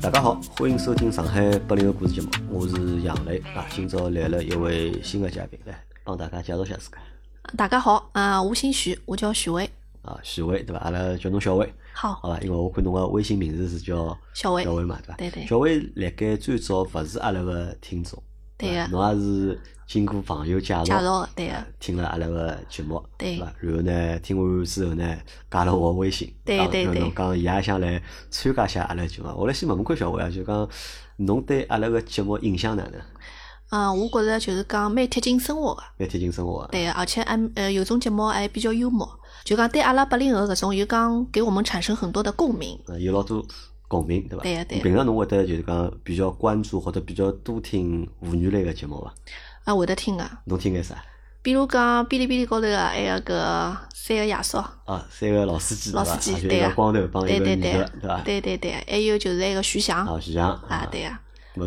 大家好，欢迎收听上海八零后故事节目，我是杨磊啊。今朝来了一位新的嘉宾，来帮大家介绍一下自家大家好，啊、我姓许，我叫许巍。啊，许巍对伐？阿拉叫侬小巍，好，好伐？因为我看侬个微信名字是叫小巍小巍嘛，对伐？对对小巍辣盖最早勿是阿拉个听众，对伐个侬也是经过朋友介介绍绍对个，听了阿拉个节目，对伐？然后呢，听完之后呢，加了我微信，对啊对然后对侬讲伊也想来参加一下阿拉节目，我来先问问看小巍啊，就讲侬对阿拉个节目印象哪能？啊、我觉着就是讲蛮贴近生活个，蛮贴近生活啊，对个，而且还呃有种节目还比较幽默，就讲对阿拉八零后搿种，就讲给我们产生很多的共鸣。呃有老多共鸣，对伐？对呀对呀平常侬会得就是讲比较关注或者比较多听妇女类个节目伐？啊，会得听个、侬听眼啥？比如讲哔哩哔哩高头个，还有个三个爷叔，啊，三个老司机老对伐司机啊就对一个呀光头帮一对个对女对的，对伐？对对对，还有就是那个徐翔啊，徐翔啊，对。个、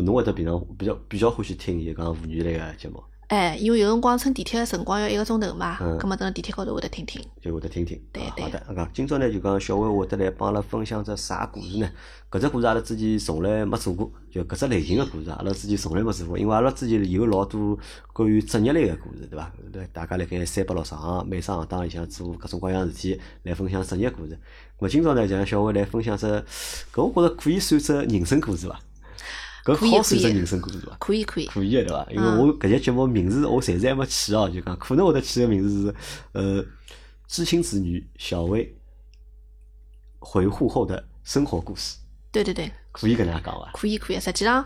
咾侬会得平常比较比较欢喜听就讲妇女类个节目，哎，因为有辰光乘地铁个辰光要一个钟头嘛，嗯葛末等地铁高头会得听听。就会得听听。对啊对好的，啊，今朝呢就讲小薇会得来帮阿拉分享只啥故事呢？搿只故事阿拉之前从来没做过，就搿只类型个故事，阿拉之前从来没做过，因为阿拉之前有老多关于职业类个故事，对伐？来大家辣盖三百六十行每桩行当里向做各种各样的事体，来分享职业故事。咾今朝呢就让小薇来分享只，搿我觉着可以算只人生故事伐？搿可以好算可只以人生故事伐？可以可以，可以的对嗯伐？因为我搿些节目名字我暂时还没起哦，就讲可能会得起个名字是呃知青子女小薇回沪后的生活故事，对对对。可以跟大家讲伐？可以可以，实际上，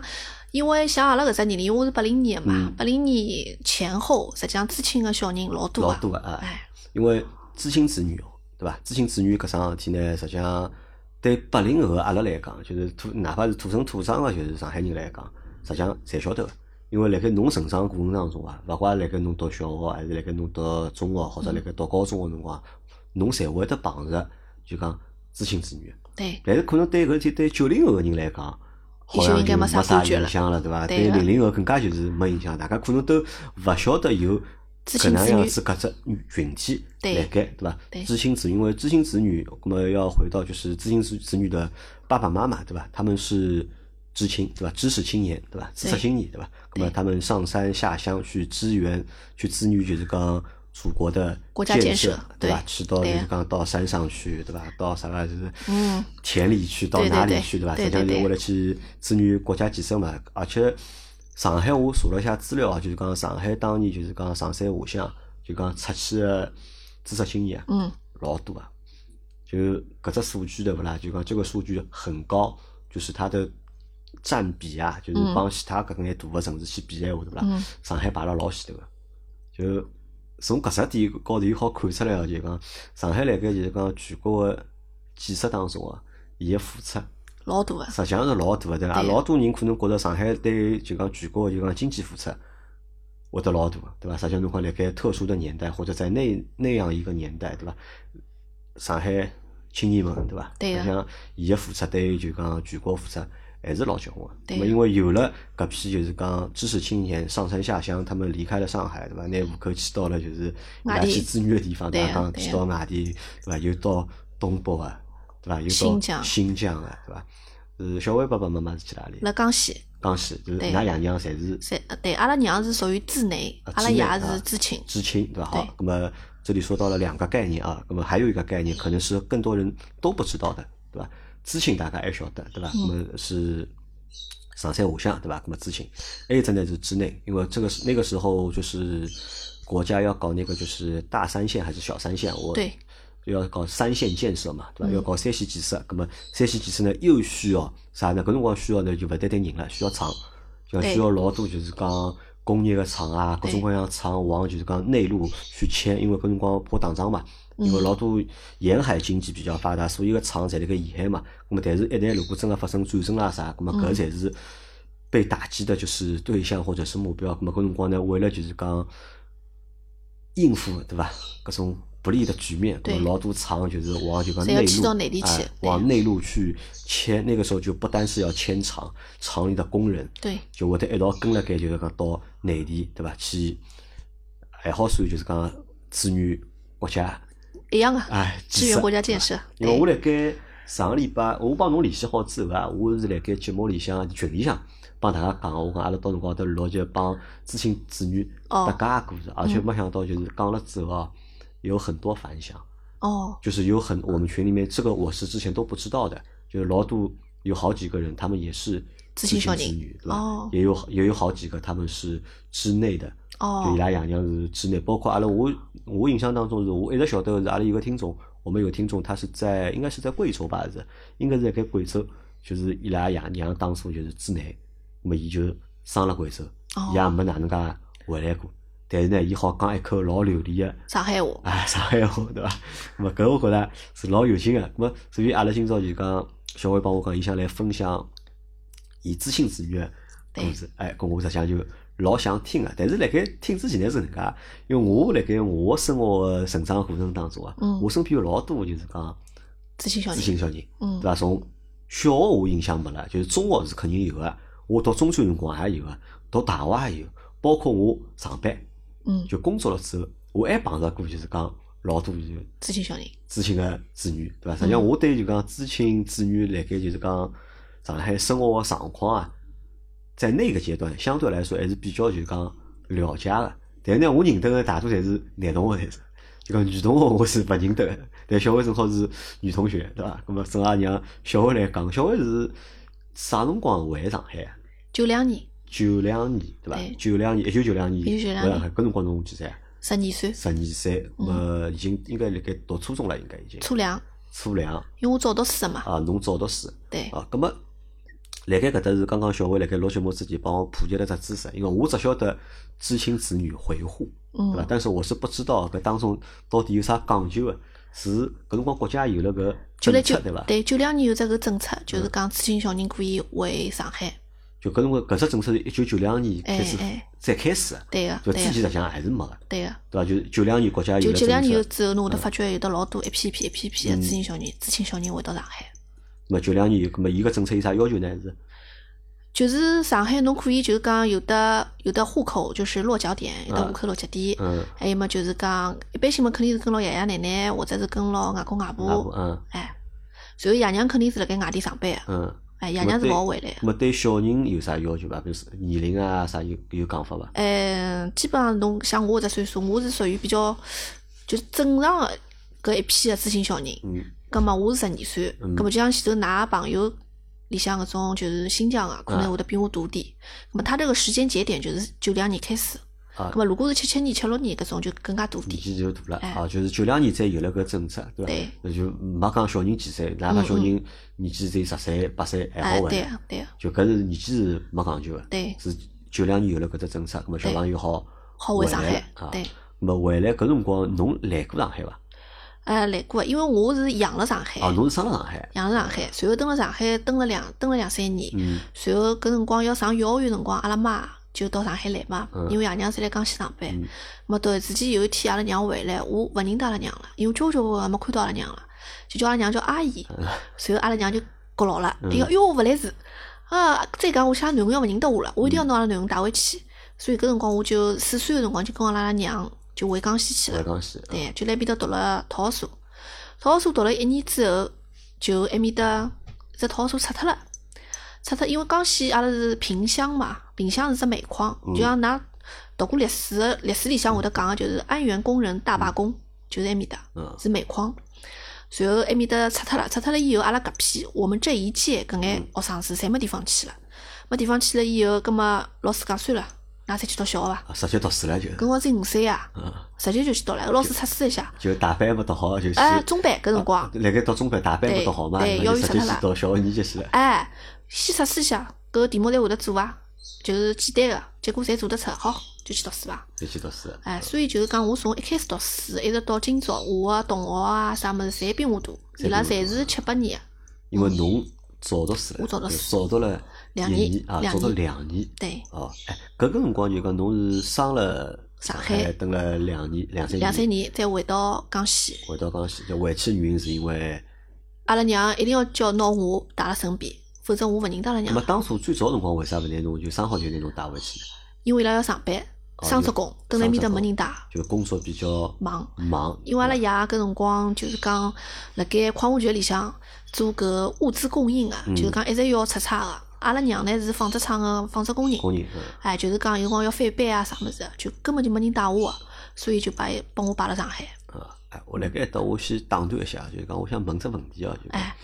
因为像阿拉搿只年龄，因为我是八零年的嘛嗯，八零年前后，实际上知青个小人老多老啊。多个啊，哎，因为知青子女哦，对伐？知青子女搿桩事体呢，实际上对八零后的阿拉来讲，就是土哪怕是土生土长个，就是上海人来讲，实际上侪晓得个。因为辣盖侬成长过程当中啊，勿怪辣盖侬读小学，还是辣盖侬读中学，或者辣盖读高中个辰光，侬侪会得碰着就讲知青子女。对但是可能对搿事体对九零后个人来讲，好也像就就应该没没啥啥感觉影了响了，对伐？对对个零零后更加就是没影响，大家可能都勿晓得有知搿青能子样女子搿只群体对辣盖，对伐？对知青子女，因为知青子女，我们要回到就是知青子子女的爸爸妈妈，对伐？他们是知青，对伐？知识青年，对伐？知识对青年，对伐？那么对他们上山下乡去支援，去支援就是讲祖国的国家建设设，对伐对？去到就对是呀讲到山上去，对伐？到啥个就是嗯田里去，到对对哪里对去，对伐？对实际上对就是对为了去支援国家建设嘛。而且上海我查了一下资料啊，就是讲上海当年就是讲上山下乡，啊就讲出去的知识青年啊嗯，老多啊。就搿只数据对勿啦？就讲这个数据很高，就是它的占比啊，就是嗯帮其他搿眼大个城市去比闲话，对勿啦？嗯上海排了老前头个，啊就从搿只点高头就好看出来哦，就讲上海辣盖就是讲全国个建设当中啊，伊个付出老多个。实际上是老大个，对伐？啊对也老多人可能觉着上海对就讲全国就讲经济付出会得老大，对伐？实际上侬看辣盖特殊的年代或者在那那样一个年代，对伐？上海青年们，对伐？对实个际上伊个付出对于就讲全国付出还是老结棍个。对那么个因为有了搿批就是讲知识青年上山下乡，他们离开了上海，对伐？拿户口迁到了就是伊拉外地去支援个地方，对伐？讲对个对迁个到外地，对伐？又到东北啊，对伐？又新到疆新疆啊，对伐？是小伟爸爸妈妈是去哪里？辣江西，江西，就是对㑚爷娘侪是是呃对，阿拉娘是属于知内啊，阿拉知内爷啊是知青。知青，对吧？对好，那么这里说到了两个概念啊，那么还有一个概念可能是更多人都不知道的，对吧？知青大家还晓得，对吧？那嗯么是上山下乡，对吧？那么知青，还有一层呢是知内，因为这个是那个时候就是国家要搞那个就是大三线还是小三线，我对嗯要搞三线建设嘛，对伐？要搞三线建设，葛么三线建设呢又需要啥呢？搿辰光需要呢就勿单单人了，需要厂，就对需要老多就是讲工业个厂啊，各种对各样厂往就是讲内陆去迁，因为搿辰光怕打仗嘛。因为嗯老多沿海经济比较发达，所以个厂侪辣盖沿海嘛。葛么，但是一旦如果真个发生战争啦啥，葛么搿嗯才是被打击的，就是对象或者是目标。葛么搿辰光呢，为了就是讲应付对伐搿种不利的局面，葛么对老多厂就是往就讲侪要内迁陆到内地哎去对往内陆去迁。那个时候就不单是要迁厂，厂里的工人对就会得一道跟辣盖，就是讲到内地，对伐？去还好算就是讲支援国家，一样个，哎，支建设援国家建设。因为我对辣盖上个礼拜我帮侬联系好之后啊，我是辣盖节目里向群里向帮大家讲，我讲阿拉到辰光搭录就帮知青子女哦搭家故事，而且没想到就是讲了之后啊，有很多反响，哦，就是有很我们群里面这个我是之前都不知道的，就是老多有好几个人他们也是知知青青小子人女，对吧？哦也有也有好几个他们是之内的。就伊哦，拉爷娘是之内，包括阿拉我我印象当中是我一直晓得的是阿拉有个听众，我们有个听众他是在应该是在贵州吧还是，应该是在该贵州，就是伊拉爷娘当初就是之内，那么伊就生了贵州，伊也哦，没哪能介回来过，但是呢，伊好讲一口老流利的上海话， 哎，上海话对伐？那么搿我觉着是老有劲个。那么所以阿拉今朝就讲，小伟帮我讲，伊想来分享伊知性子女个故事。哎，搿我实际上就老想听个，但是辣盖听之前呢是搿能介，因为我辣盖我生活的成长过程当中啊，嗯我身边有老多就是讲知青小知人，性小人，对嗯，伐？从小学我印象没了，就是中学是肯定有个，我读中专辰光也有个，读大学也有，包括我上班嗯，就工作了之后，我还碰着过就是讲老多就是。知青小人，知青个子女，对伐？实际上，我对就讲知青子女辣盖就是讲上海生活个状况啊，在那个阶段相对来说还是比较就是讲了解个。但是呢，我认得个大多侪是男同学，侪是就讲女同学我是勿认得个。但小伟正好是女同学，对伐？那么正好让小伟来讲，小伟是啥辰光回上海啊？九两年，九两年，对伐对？九两年，一九九两年1992回年上海，搿辰光侬几岁啊？十二岁，十二岁，呃，已经应该辣盖读初中了，应该已经初两，初两。因为我早读书的嘛，啊，侬找到书对，啊，葛么，辣盖搿搭是刚刚小伟辣盖录节目之前帮我普及了只知识，因为我只晓得知青子女回沪，对伐？嗯，但是我是不知道搿当中到底有啥讲究个，是搿辰光国家有了搿九来政策，九对嗯伐？对，九两年有只搿政策，就是讲知青小人可以回上海，就搿辰光搿只政策是一九九两年开始哎哎才开始的，对个，就之对前个，实际上还是没个，对个。对伐？就是九两年国家有就了几两年政策，之后，侬会得发觉有得老多一批一批一批一批的嗯知青小人、知青小人回到上海。那么九两年，葛么伊个政策有啥要求呢？是就是上海，侬可以就是讲有的有的户口就是落脚点，有的啊户口落脚点，嗯，还有么就是讲一般性嘛，肯定是跟牢爷爷奶奶或者是跟牢外公外啊婆，嗯哎。然后爷娘肯定是辣盖外地上班的，嗯。哎，爷娘是勿好回来的。那么对小人有啥要求伐？比如说年龄啊啥有有讲法伐？嗯，基本上侬像我搿只岁数，我是属于比较就是正常的搿一批的知青小人。嗯，葛么我是十二岁，嗯葛么就像前头㑚朋友里向搿种就是新疆啊，可能啊会得比我大点。葛么他这个时间节点就是九两年开始，啊葛么如果是七七年、七六年搿种就更加大年点。纪就大了哎啊，就是九两年才有了搿政策，对伐对？那就没讲小人几岁，哪怕嗯小人年纪只有十岁、八岁还哎好，回对来，啊对啊就搿是年纪是没讲究个，对，是九两年有了搿只政策，葛末小对朋友好好回上来海啊。对，葛末回来搿辰光侬来过上海伐？哎来过，因为我是养了上海，啊，侬是生了上海，养了上海，随后蹲了上海蹲了两蹲了两三年，嗯随后搿辰光要上幼儿园辰光，阿拉妈就到上海来嘛，嗯因为爷娘侪来江西上班嗯。没突然之间有一天，阿拉娘回来，我勿认得阿拉娘了，因为交交关关没看到阿拉娘了，就叫阿拉娘叫阿姨。随后阿拉娘就觉牢了，嗯伊讲哟我勿来事，啊再讲我下囡恩要勿认得我了，我一定嗯要拿阿拉囡恩带回去。所以搿辰光我就四岁个辰光就跟阿拉娘就回江西去回了，江西，啊对，就来埃面搭读了托儿所。托儿所读了一年之后，就埃面搭只托儿所拆脱了，拆脱，因为江西阿拉是萍乡嘛，萍乡是只煤矿，嗯就像㑚读过历史的历史里向会得讲个，就是安源工人大罢工，就是埃面搭嗯是煤矿。然后埃面搭拆脱了，拆脱了以后，阿拉搿批我们这一届搿眼嗯学生子侪没地方去了，没地方去了以后，葛末老师讲算了，㑚侪去读小学伐？啊直接读书了就，搿辰光只有五岁啊，嗯，直接就去读了。老师测试一下，就大班还没读好就先啊哎，中班搿辰光，辣盖读中班，大班没对读好嘛，对那要就求直啥接了去读小学二年级去了，哎，先测试一下，搿题目侪会得做伐？就是简单个，结果侪做得出，好就去读书伐？就去读书了，哎，所以就是讲，我从一开始读书，一直到今朝，我个同学啊啥物事，侪比我大，伊拉侪是七八年个，因为侬早读书了，我早读就书早读了两一年年啊，两早读年两年。对，哦，哎，搿个辰光就讲侬是生了上海海，蹲了两年两三两三年，年再回到江西，回到江西，就回去的原因是因为，阿拉娘一定要叫拿我带辣身边，否则我勿认得阿拉那娘么了，当初最早辰光为啥勿拿侬就生好就拿侬带回去呢？哦因为伊拉要上班，双职工，蹲辣埃面搭没人带，就工作比较忙。忙，因为阿拉爷啊搿辰光就是讲，辣盖矿务局里向做搿物资供应个、啊嗯就是讲一直要出差个。阿拉娘呢是纺织厂个纺织工人，工人，嗯哎，就是讲有辰光要翻班啊啥物事的，就根本就没人带我个，所以就把伊把我摆辣上海。啊，哎，我辣盖搭我先打断一下，就是讲我想问只问题哦，就是讲哎，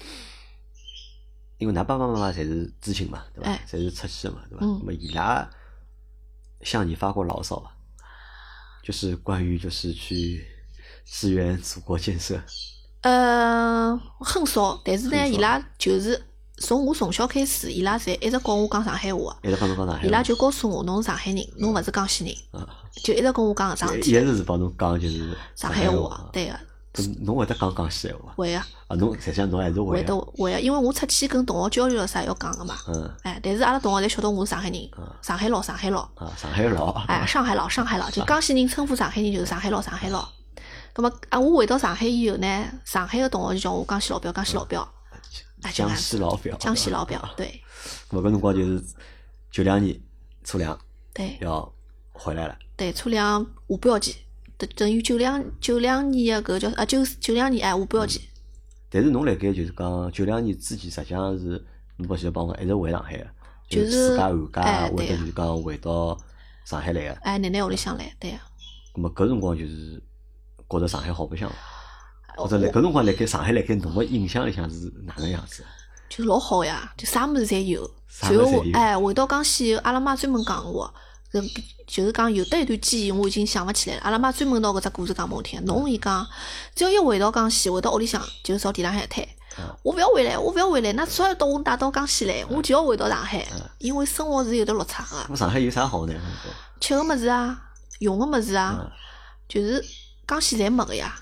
因为㑚爸爸妈妈侪是知青嘛，对伐哎？侪是出去的嘛，对伐？嗯那么伊拉向你发过牢骚伐？啊就是关于就是去支援祖国建设，呃，很少，但是呢，很少伊拉就是从我从小开始，伊拉侪一直跟我讲上海话一直哎帮侬讲上海个，话，伊拉就告诉我侬是上海人，侬勿是江西人，啊，就一直跟我讲搿桩事一体，直是帮侬讲就是上海海话，对个，个，搿侬会得讲江西闲话伐？会个，啊，侬实际上侬还是会会得的，会个，因为我出去跟同学交流了啥要讲个嘛，嗯哎，但是阿拉同学侪晓得我是上海人啊，上海佬，上海佬，啊，上海佬，哎，上海佬，上海佬，就江西人称呼上海人就是上海佬，上海佬。葛么啊，我回到上海以后呢，上海个同学就叫我江西老表，江西老表，哎就江搿西老表，江西老表，对咾搿辰光就是九两年初两对要回来了，对，车辆下半期，等等于九两九两年个搿叫啊九九两年哎下半期，但是侬辣盖就是讲九两年之前，实际上是侬勿晓得帮我一直回上海个，就是自家寒假啊哎或对者呀就是讲回到上海来个。哎奶奶屋里向来，对个。咾么搿辰光就是觉着上海好白相伐，呃或者辣搿辰光辣盖上海辣盖侬个印象里向是哪能样子？就老好呀，就啥物事侪有。啥随物后事我侪有哎，回到江西以后，阿拉妈专门讲我，搿就是讲有得一段记忆，我已经想勿起来了。阿拉妈专门拿搿只故事讲拨我听。侬伊讲，只要一回到江西，回到屋里向就朝地浪向一摊嗯。我勿要回来，我勿要回来，㑚早要把我带到江西啊来，我就要回到上海，因为生活是有得落差咾个，么上海有啥好呢？ 吃个物事啊，用个物事啊，就是江西侪没个呀。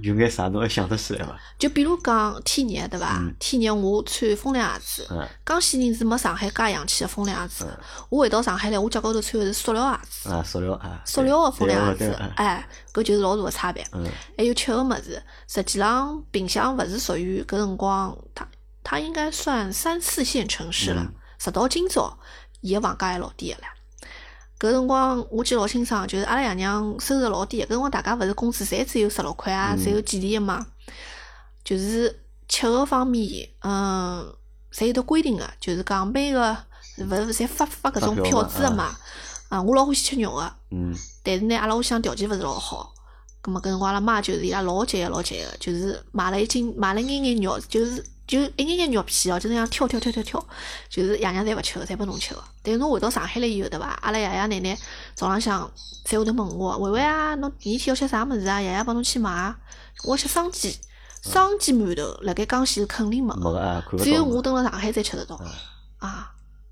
有眼啥侬还想得起来伐？ 就比如讲天热对伐嗯？天热我穿风凉鞋子，嗯江西人是没上海介洋气的风凉鞋子嗯的。我回到上海来，我脚高头穿的是塑料鞋子，啊，塑料啊，塑料的风凉对鞋对子对对，哎，搿就是老大的差别。嗯还有吃的物事，实际浪萍乡勿是属于搿辰光，它它应该算三四线城市了嗯。直到今朝，伊个房价还老低个唻。搿辰光我记得老清爽，就是阿拉爷娘收入老低个，搿辰光大家勿是工资侪只有十六块啊，嗯只有几钿个嘛。就是吃个方面，嗯，侪有得规定个，就是讲每个勿是侪发发搿种发票票嘛子个嘛。啊，我老欢喜吃肉个。嗯，但是呢，阿拉屋里向条件勿是老好，葛末搿辰光阿拉妈就是伊拉老节约老节约的，就是买了一斤买了一眼眼肉，就是就一眼眼肉片哦，就那样挑挑挑挑挑，就是爷娘侪勿吃个，侪拨侬吃个。但是侬回到上海来以后，对伐？阿拉爷爷奶奶早浪向侪会得问我，维维啊，侬第二天要吃啥物事啊？爷爷帮侬去买啊。我吃生煎，生煎馒头辣盖江西是肯定没没个，个啊，看勿到。只有我蹲辣上海才吃得到嗯啊。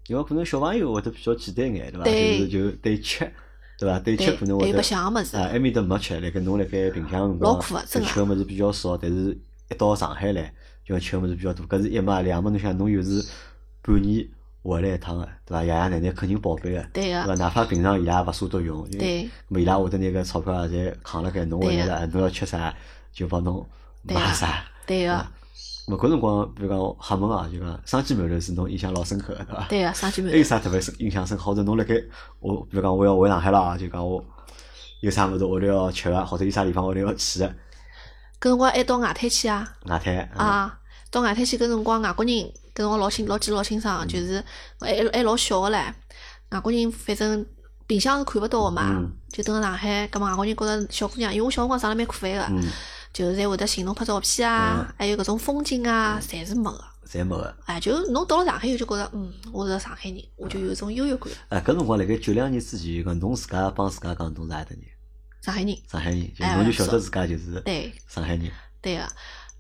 因为可能小朋友会得比较简单眼，对伐？对就是就对吃，对伐？对对吃可能还会有得白相个物事啊，埃面搭没吃，辣盖侬辣盖萍乡辰老光，苦啊就真的吃个物事比较少，但是一到上海来，就要吃个物事比较多。搿是一码两码，侬想侬又是半年回来一趟个，对伐？爷爷奶奶肯定宝贝个，对对伐？个，哪怕平常伊拉勿舍得用，因为对咾伊拉会得拿搿钞票啊侪扛辣盖，侬回来对啊了，啊侬要吃啥就帮侬对买啊啥。对个啊，咾搿辰光，比如讲黑门啊，就讲生煎馒头是侬印象老深刻个，对伐？对个，生煎还馒有头，啥特别深印象深刻？或者侬辣盖我，比如讲我要回上海了啊，就讲我有啥物事屋里要吃个，或者有啥地方屋里要去个，搿辰光还到外滩去啊。外滩，嗯啊，到外滩去搿辰光，外国人搿辰光老清老记得老清爽的，就是还还老小个唻。外国人反正萍乡是看勿到个嘛嗯，就蹲辣上海，葛末外国人觉着小姑娘，因为我小辰光长得蛮可爱嗯，个，嗯，就是侪会得寻侬拍照片啊，还有搿种风景啊，侪是没个。侪没个。哎，就侬到了上海以后就觉着，嗯，我是个上海人，我就有一种优越感了，啊，搿辰光辣盖九两年之前，讲侬自家帮自家讲侬是何等人，上海人。上海人，就哎侬就晓得是自家就是对上海人。对个、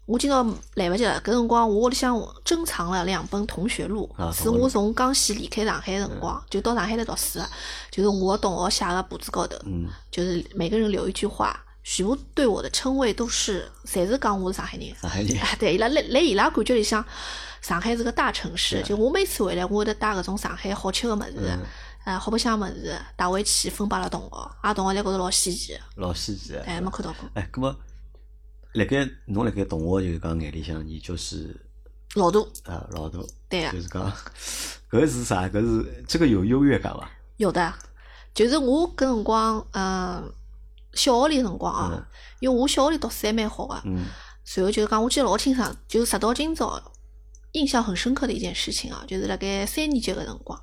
我今朝来勿及了，搿辰光我屋里向珍藏了两本同学录，啊同学是录嗯我从江西离开上海的辰光，就到上海来读书的，就是我同学写个簿子高头，嗯，就是每个人留一句话，全部对我的称谓都是，侪是讲我是上海人。上海人，哎， 对，伊拉来来伊拉感觉里向，上海是个大城市，就我每次回来，我会得带搿种上海好吃个物事啊嗯，呃，好白相个物事带回去分拨阿拉同学，阿拉同学来觉着老稀奇的，老稀奇个。哎，没看到过，哎，搿么辣盖侬辣盖同学就是讲眼里向，你就是老大，啊老大， 对个、就是讲搿是啥？搿是这个有优越感伐？有的，就是我搿辰光，嗯，小学里辰光嗯啊，因为我小学里读书还蛮好个、嗯随后就是讲，我记得老清爽，就是直到今朝，印象很深刻的一件事情啊，就是辣盖三年级个辰光，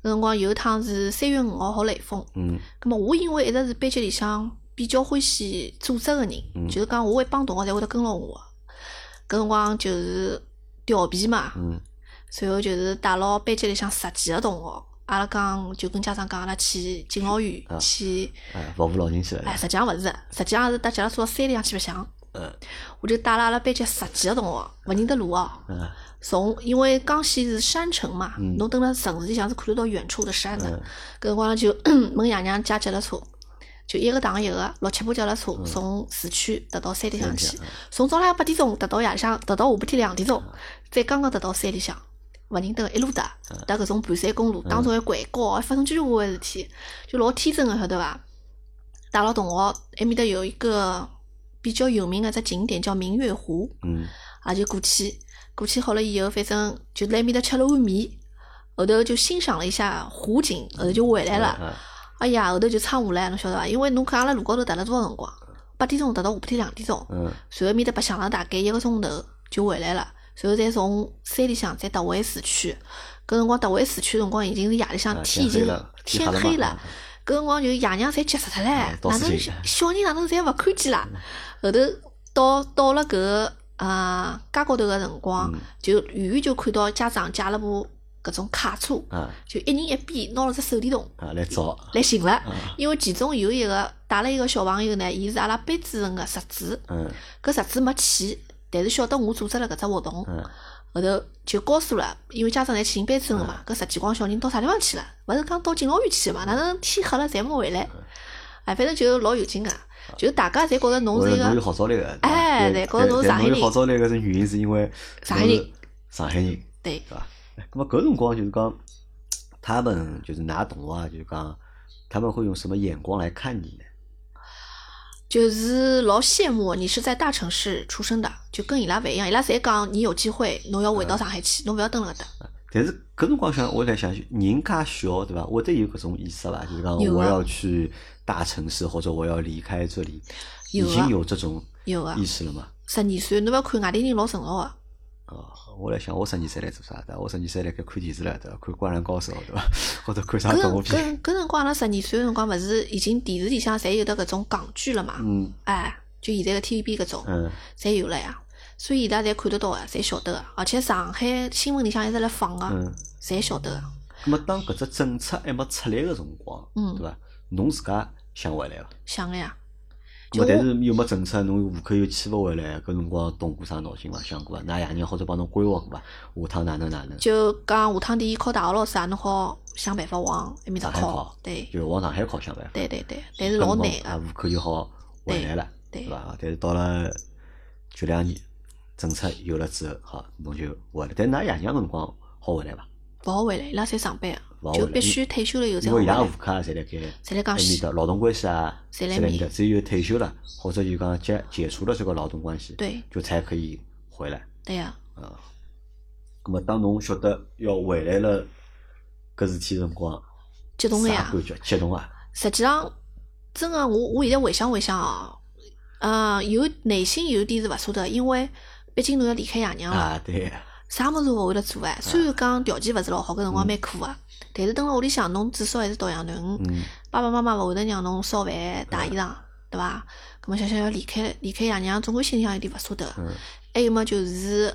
搿辰光有一趟是三月五号学雷锋，嗯咁么我因为一直是班级里向比较欢喜组织个人嗯，就是讲我一帮同学侪会得跟牢我个，搿辰光就是调皮嘛，嗯随后就是带牢班级里向十几个同学，阿拉讲就跟家长讲，阿拉去敬老院啊去，哎，服务老人去哎，了，实际上勿是，实际上是搭脚踏车到山里向去白相。嗯我就带了阿拉班级十几个同学，勿认得路哦。嗯从因为江西是山城嘛嗯，侬蹲辣城市里向是看得到远处的山的嗯。搿辰光就 问爷娘借脚踏车，就一个打一个，六七部脚踏车从市区踏到山里向嗯去山里向嗯，嗯从早浪八点钟踏到夜里向，踏到下半天两点钟，再刚刚踏到山里向。勿认得一路踏，嗯踏搿种盘山公路，当中还拐角，还发生交关事体，就老天真个，晓得伐？带牢同学埃面搭有一个比较有名个一只景点叫明月湖，嗯也啊就过去，过去好了以后，反正就辣埃面搭吃了碗面，后头就欣赏了一下湖景，后头就回来了。嗯哎呀，后头就撑下来，侬晓得伐？因为侬看阿拉路高头踏了多少辰光，八点钟踏到下半天两点钟，嗯随后面搭白相了大概一个钟头就回来了，随后再从山里向再踏回市区。搿辰光踏回市区辰光已经是夜里向啊天已天黑经了天黑天了黑嘛嗯了，搿辰光就爷娘侪急死脱唻啊，到哪处能寻小人哪能侪勿看见啦？后头到到了搿个啊街高头个辰光嗯，就远远就看到家长借了部搿种卡车，啊就一人一边拿了只手电筒啊来找，来寻了啊。因为其中有一个带了一个小朋友呢，伊是阿拉班主任个侄子，嗯搿侄子没去，但是晓得我组织了搿只活动，嗯后头就告诉了，因为家长侪去寻班主任了嘛，搿十几光小人到啥地方去了？勿是讲到敬老院去了嘛？哪能天黑了侪没回来？哎，反正就老有劲个，就大家侪觉着侬我是觉一得侬有个号召力个，哎对对觉得侬是上海人有号召力个是原因是因为上海人侬是上海人。对对伐？那么搿辰光就是讲，他们就是㑚同学啊，就是讲，他们会用什么眼光来看你呢？就是老羡慕你是在大城市出生的，就跟伊拉勿一样。伊拉侪讲你有机会，侬要回到上海去，侬勿要蹲辣搿搭。但是搿辰光想，我在想，人家小对伐？会得有搿种意识伐？就是讲有我啊要去大城市，或者我要离开这里，有啊已经有这种有啊意识了嘛？十二岁，侬勿要看外地人老成啊熟个，哦，我来想，我十二岁来做啥？啊对伐？我十二岁来该看电视了，对伐？看《灌篮高手》对伐？ 或者看啥搿动辰画片？搿搿辰光，阿拉十二岁个辰光，勿是已经电视里向侪有得搿种港剧了嘛？嗯哎，就现在个 TVB 搿种，嗯侪有了呀。所以伊拉侪看得到个，侪晓得个，而且上海新闻里向一直辣放个，嗯。侪晓得个。啊那么当搿只政策还没出来个辰光，嗯对伐？侬自家想回来伐？想个呀，咾么就但我是又没政策，侬户口又迁勿回来，搿辰光动过啥脑筋伐？想过伐？㑚爷娘或者帮侬规划过伐？下趟哪能哪能？就讲下趟底考大学老师啊，侬好想办法往埃面搭上海考考。，对，就往上海考想办法。对对对，但是老难搿辰光啊，个。户口就好回来了，对对对伐？但是到了九两年政策有了之后，好，侬就回来。但㑚爷娘搿辰光好回来伐？勿好回来，伊拉侪上班勿好回个，来就必须退休了以后才因好为回伊拉来户。口啊，侪辣盖侪辣江埃西面搭劳动关系啊，侪侪辣辣面搭，面只有退休了，或者就讲解解除了这个劳动关系，对就才可以回来。对呀，啊，咁么当侬晓得要回来了搿事体辰光，激动个啥呀。感觉？激动啊！实际上，真个我我现在回想回想哦，嗯，有内心有点是勿舍得，因为毕竟侬要离开爷娘了，啊，对，啥物事勿会得做啊哎。虽然讲条件勿是老好，搿辰光蛮苦个，但是蹲辣屋里向，侬至少还是读爷囡。嗯爸爸妈妈勿会得让侬烧饭、洗衣裳，对伐？咁么想想要离开离开爷娘，总归心里向有点勿舍得。嗯，还有么就是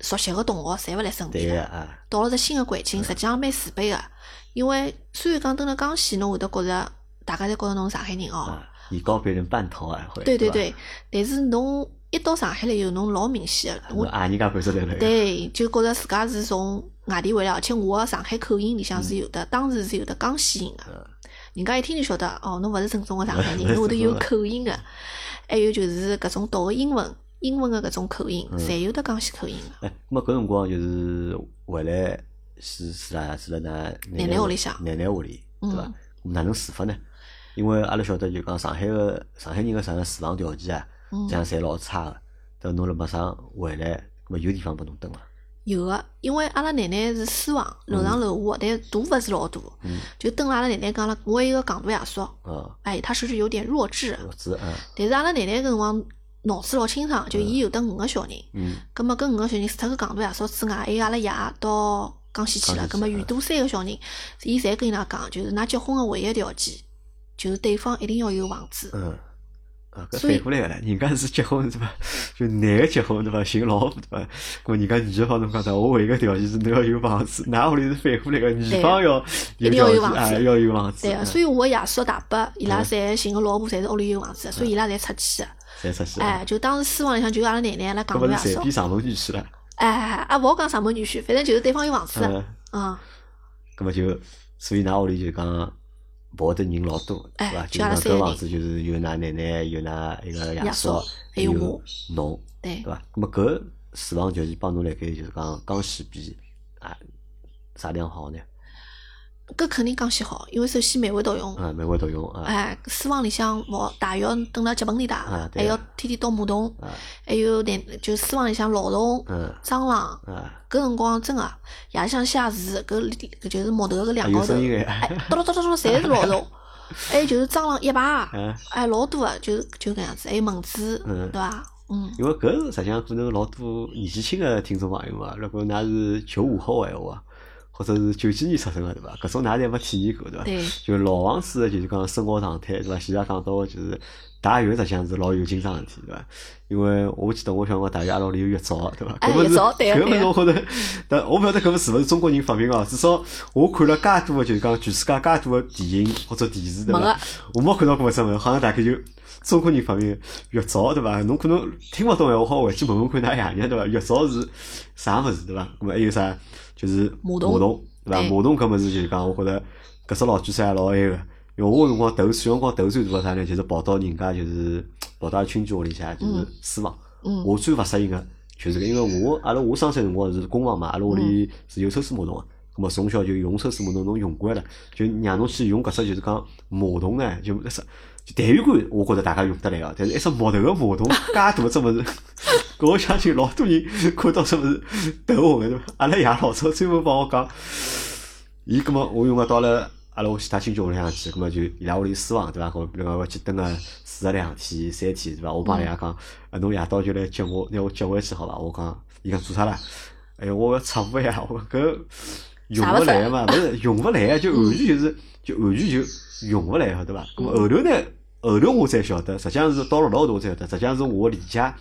熟悉个同学侪勿来身对边个了，啊，到了只新个环境，实际上蛮自卑个。因为虽然讲蹲辣江西，侬会得觉着大家侪觉着侬是上海人哦，啊，你告别人半套啊，会对对对吧，对，但是侬一到上海来以后，侬老明显个，我我啊，人家感受来了， 对，就觉着自家是从外地回来，而且我个上海口音里向是有的，当时是有的江西人嗯个，人家一听就晓得，哦，侬勿是正宗个上海人，侬会得有口音 个。还有就是搿种读个英文，英文个搿种口嗯音，侪有的江西口音个。哎，咁么搿辰光就是回来是是啦，是辣㑚奶奶屋里向奶奶屋里，对伐嗯？咁哪能住法呢？因为阿拉晓得就讲上海个上海人个啥个住房条件啊，嗯这样侪老差个，但侬辣马上回来，咁么有地方拨侬蹲伐？有个，因为阿拉奶奶是私房，楼上楼下，但大勿是老大，就等了阿拉奶奶讲了，我有一个戆大爷叔，啊，哎，他是不是有点弱智？我知啊，但是阿拉奶奶搿辰光脑子老清爽，就伊有得五个小人，嗯，葛末搿五个小人除脱搿戆大爷叔之外，还有阿拉爷到江西去了，江西去葛末嗯余多三个小人，伊侪跟伊拉讲，就是㑚结婚个唯一条件，就是对方一定要有房子。嗯，啊，搿所以反过来个唻，人家是结婚对伐？就男个结婚对伐？寻老婆对伐？咾人家女个方侬讲啥？我唯一个条件是侬要有房子，㑚屋里是反过来个，女方要一有定要条有件房啊，子要有房子，对个，所以我爷叔大伯伊拉侪寻个老婆，侪是屋里有房子的，所以伊拉侪出去的。以才出去，哎，，就当时私房里向就阿拉奶奶、阿拉啊搿戆勿大是随爷叔，便上门女婿了，哎哎，哎啊，勿好讲上门女婿，反正就是对方有房子的，嗯，嗯，搿么就，所以㑚屋里就讲。跑得人老多，对哎伐？就就阿拉讲三个搿房子就是有㑚奶奶，有㑚一个爷叔叔，还有有我侬，对对。伐？那么搿四房就是帮侬辣盖就是讲江西比啊啥地方好呢？搿肯定江西好，因为首先每位都用，啊，美国都用啊哎，私房里向冇大浴蹲辣脚盆里啊打，还对要天天倒马桶，啊还有男就私房里向老虫、嗯蟑螂，啊，搿辰光真个夜里向下厨，搿里搿就是木头搿啊两有高头声，音哎哎，，哆哆哆哆哆，侪是老虫，还有就是蟑螂一 排，啊，哎，老多个，就是就搿样子，还有蚊子，嗯对伐？嗯，因为搿实际上可能老多年纪轻个听众朋友嘛，如果㑚是九五后个闲话，或者是九几年出生个对伐？搿种㑚侪没体验过对伐？对，就老房子的就是讲生活常态，对伐？前头讲到的就是洗浴，实际上是老有劲桩事体，对伐？因为我记得我小辰光洗浴阿拉屋里有浴澡，对伐？哎搿么浴是槽对啊搿么是对啊我觉着，但我勿晓得搿么是勿是中国人发明哦。至少我看了介多的，就是讲全世界介多的电影或者电视，对没伐个？我没看到过搿只物事，好像大概就中国人发明的浴槽，对伐？侬可能听勿懂闲话，好回去问问看㑚爷娘，对伐？浴槽是啥物事，对伐？搿么还有啥？就是马桶桶，对伐？对马桶搿物事就是讲，我觉着搿只老举是也老埃个。因为我有辰光投诉，有辰光投诉是做啥呢？就是跑到人家就是跑到亲戚屋里向，就是私房。嗯我最勿适应个就是搿，因为我阿拉我生产辰光是公房嘛，阿拉屋里是有抽水马桶个。咁么从小就用抽水马桶，侬用惯了，就让侬去用搿只就是讲马桶呢，就那只就痰盂罐，我觉着大家用得来个，但是一只木头个马桶，介大只物事， 搿我相信老多人看到只物事头红个对伐？阿拉爷老早专门帮我讲。伊葛末我用个到了阿拉屋其他亲戚屋里向去，葛末就伊拉屋里私房对伐？搿比如讲要去蹲个四十两天、三天对伐？我帮伊拉讲，啊侬夜到就来接我，拿我接回去好伐？我讲，伊讲做啥啦？哎哟，我要擦屋呀，我搿用啥勿勿嗯来嘛，勿是用勿来啊，就完全就是就完全就用勿来个对伐？葛末后头呢，后头我才晓得，实际上是到了老后头我才晓得，实际上是我理解。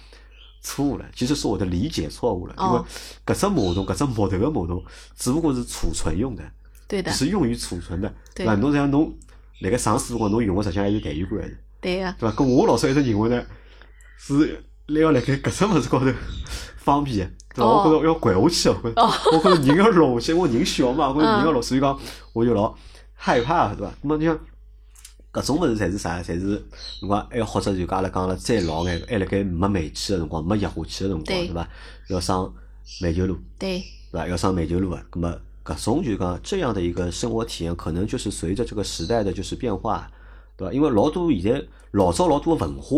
错误了，其实是我的理解错误了，因为哦搿只马桶，搿只木头个马桶，只不过是储存用的，对的只，是用于储存的，对伐？的侬实际上侬辣盖上市辰光，侬用个实际上还是痰盂罐的，对个，对伐？搿我老早一直认为呢，是要辣盖搿只物事高头方便的，对伐？哦我觉着要掼下去的，哦我觉着我觉着人要落下去，因为人小嘛，我觉着人嗯要落，所以讲我就老害怕的，对伐？那么你像。搿种物事侪是啥？侪是侬讲，还或者就讲阿拉讲了再老眼，还辣盖没煤气个辰光，没液化气个辰光，对对伐？要上煤球炉，对，对吧？要上煤球路啊，那么搿种就是讲这样的一个生活体验，可能就是随着这个时代的就是变化，对吧？因为老多现在老早老多的文化，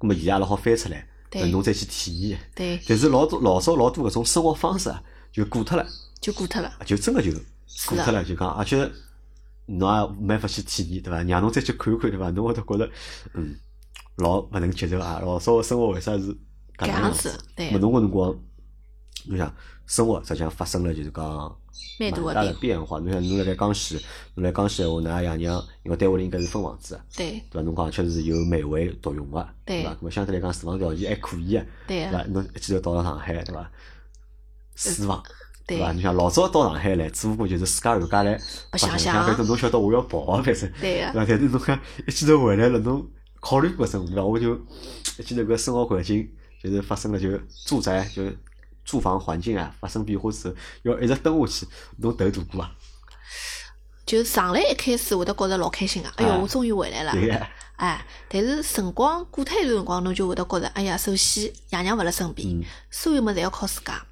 那么现在阿拉好翻出来，对呃侬再去体验。对，但是老多老早老多搿种生活方式啊，就过脱了，就过脱了，就真的就过脱是了，就讲而且侬也没法去体验，对伐？让侬再去看看，对伐？侬会得觉得嗯，老勿能接受啊，老早的生活为啥是搿搿能样样子子？，对么，侬搿辰光，侬想生活实际上发生了就是讲蛮大蛮个大的变，变化。侬想侬辣盖江西，侬辣江西闲话，㑚爷娘因为单位里应该是分房子的，对对伐？侬讲确实是有每位独用个，对伐？咾么相对来讲，住房条件还可以个，啊对对伐个，？侬一记头到了上海，对伐？私房。对伐？侬想老早到上海来，只不过就是自家自家来白想相，想反正侬晓得我要跑啊，反正对对个，伐？但是侬看一记头回来了，侬考虑过什么对伐？我就一记头搿生活环境就是发生了就住宅就住房环境啊发生变化之后，要一直蹲下去，侬头大过啊，就上来一开始会得觉着老开心个，哎哟，啊我终于回来了，对个，哎，但是辰光过脱一段辰光，侬就会得觉着，哎呀，首先爷娘勿辣身边嗯，所有物事侪要靠自家，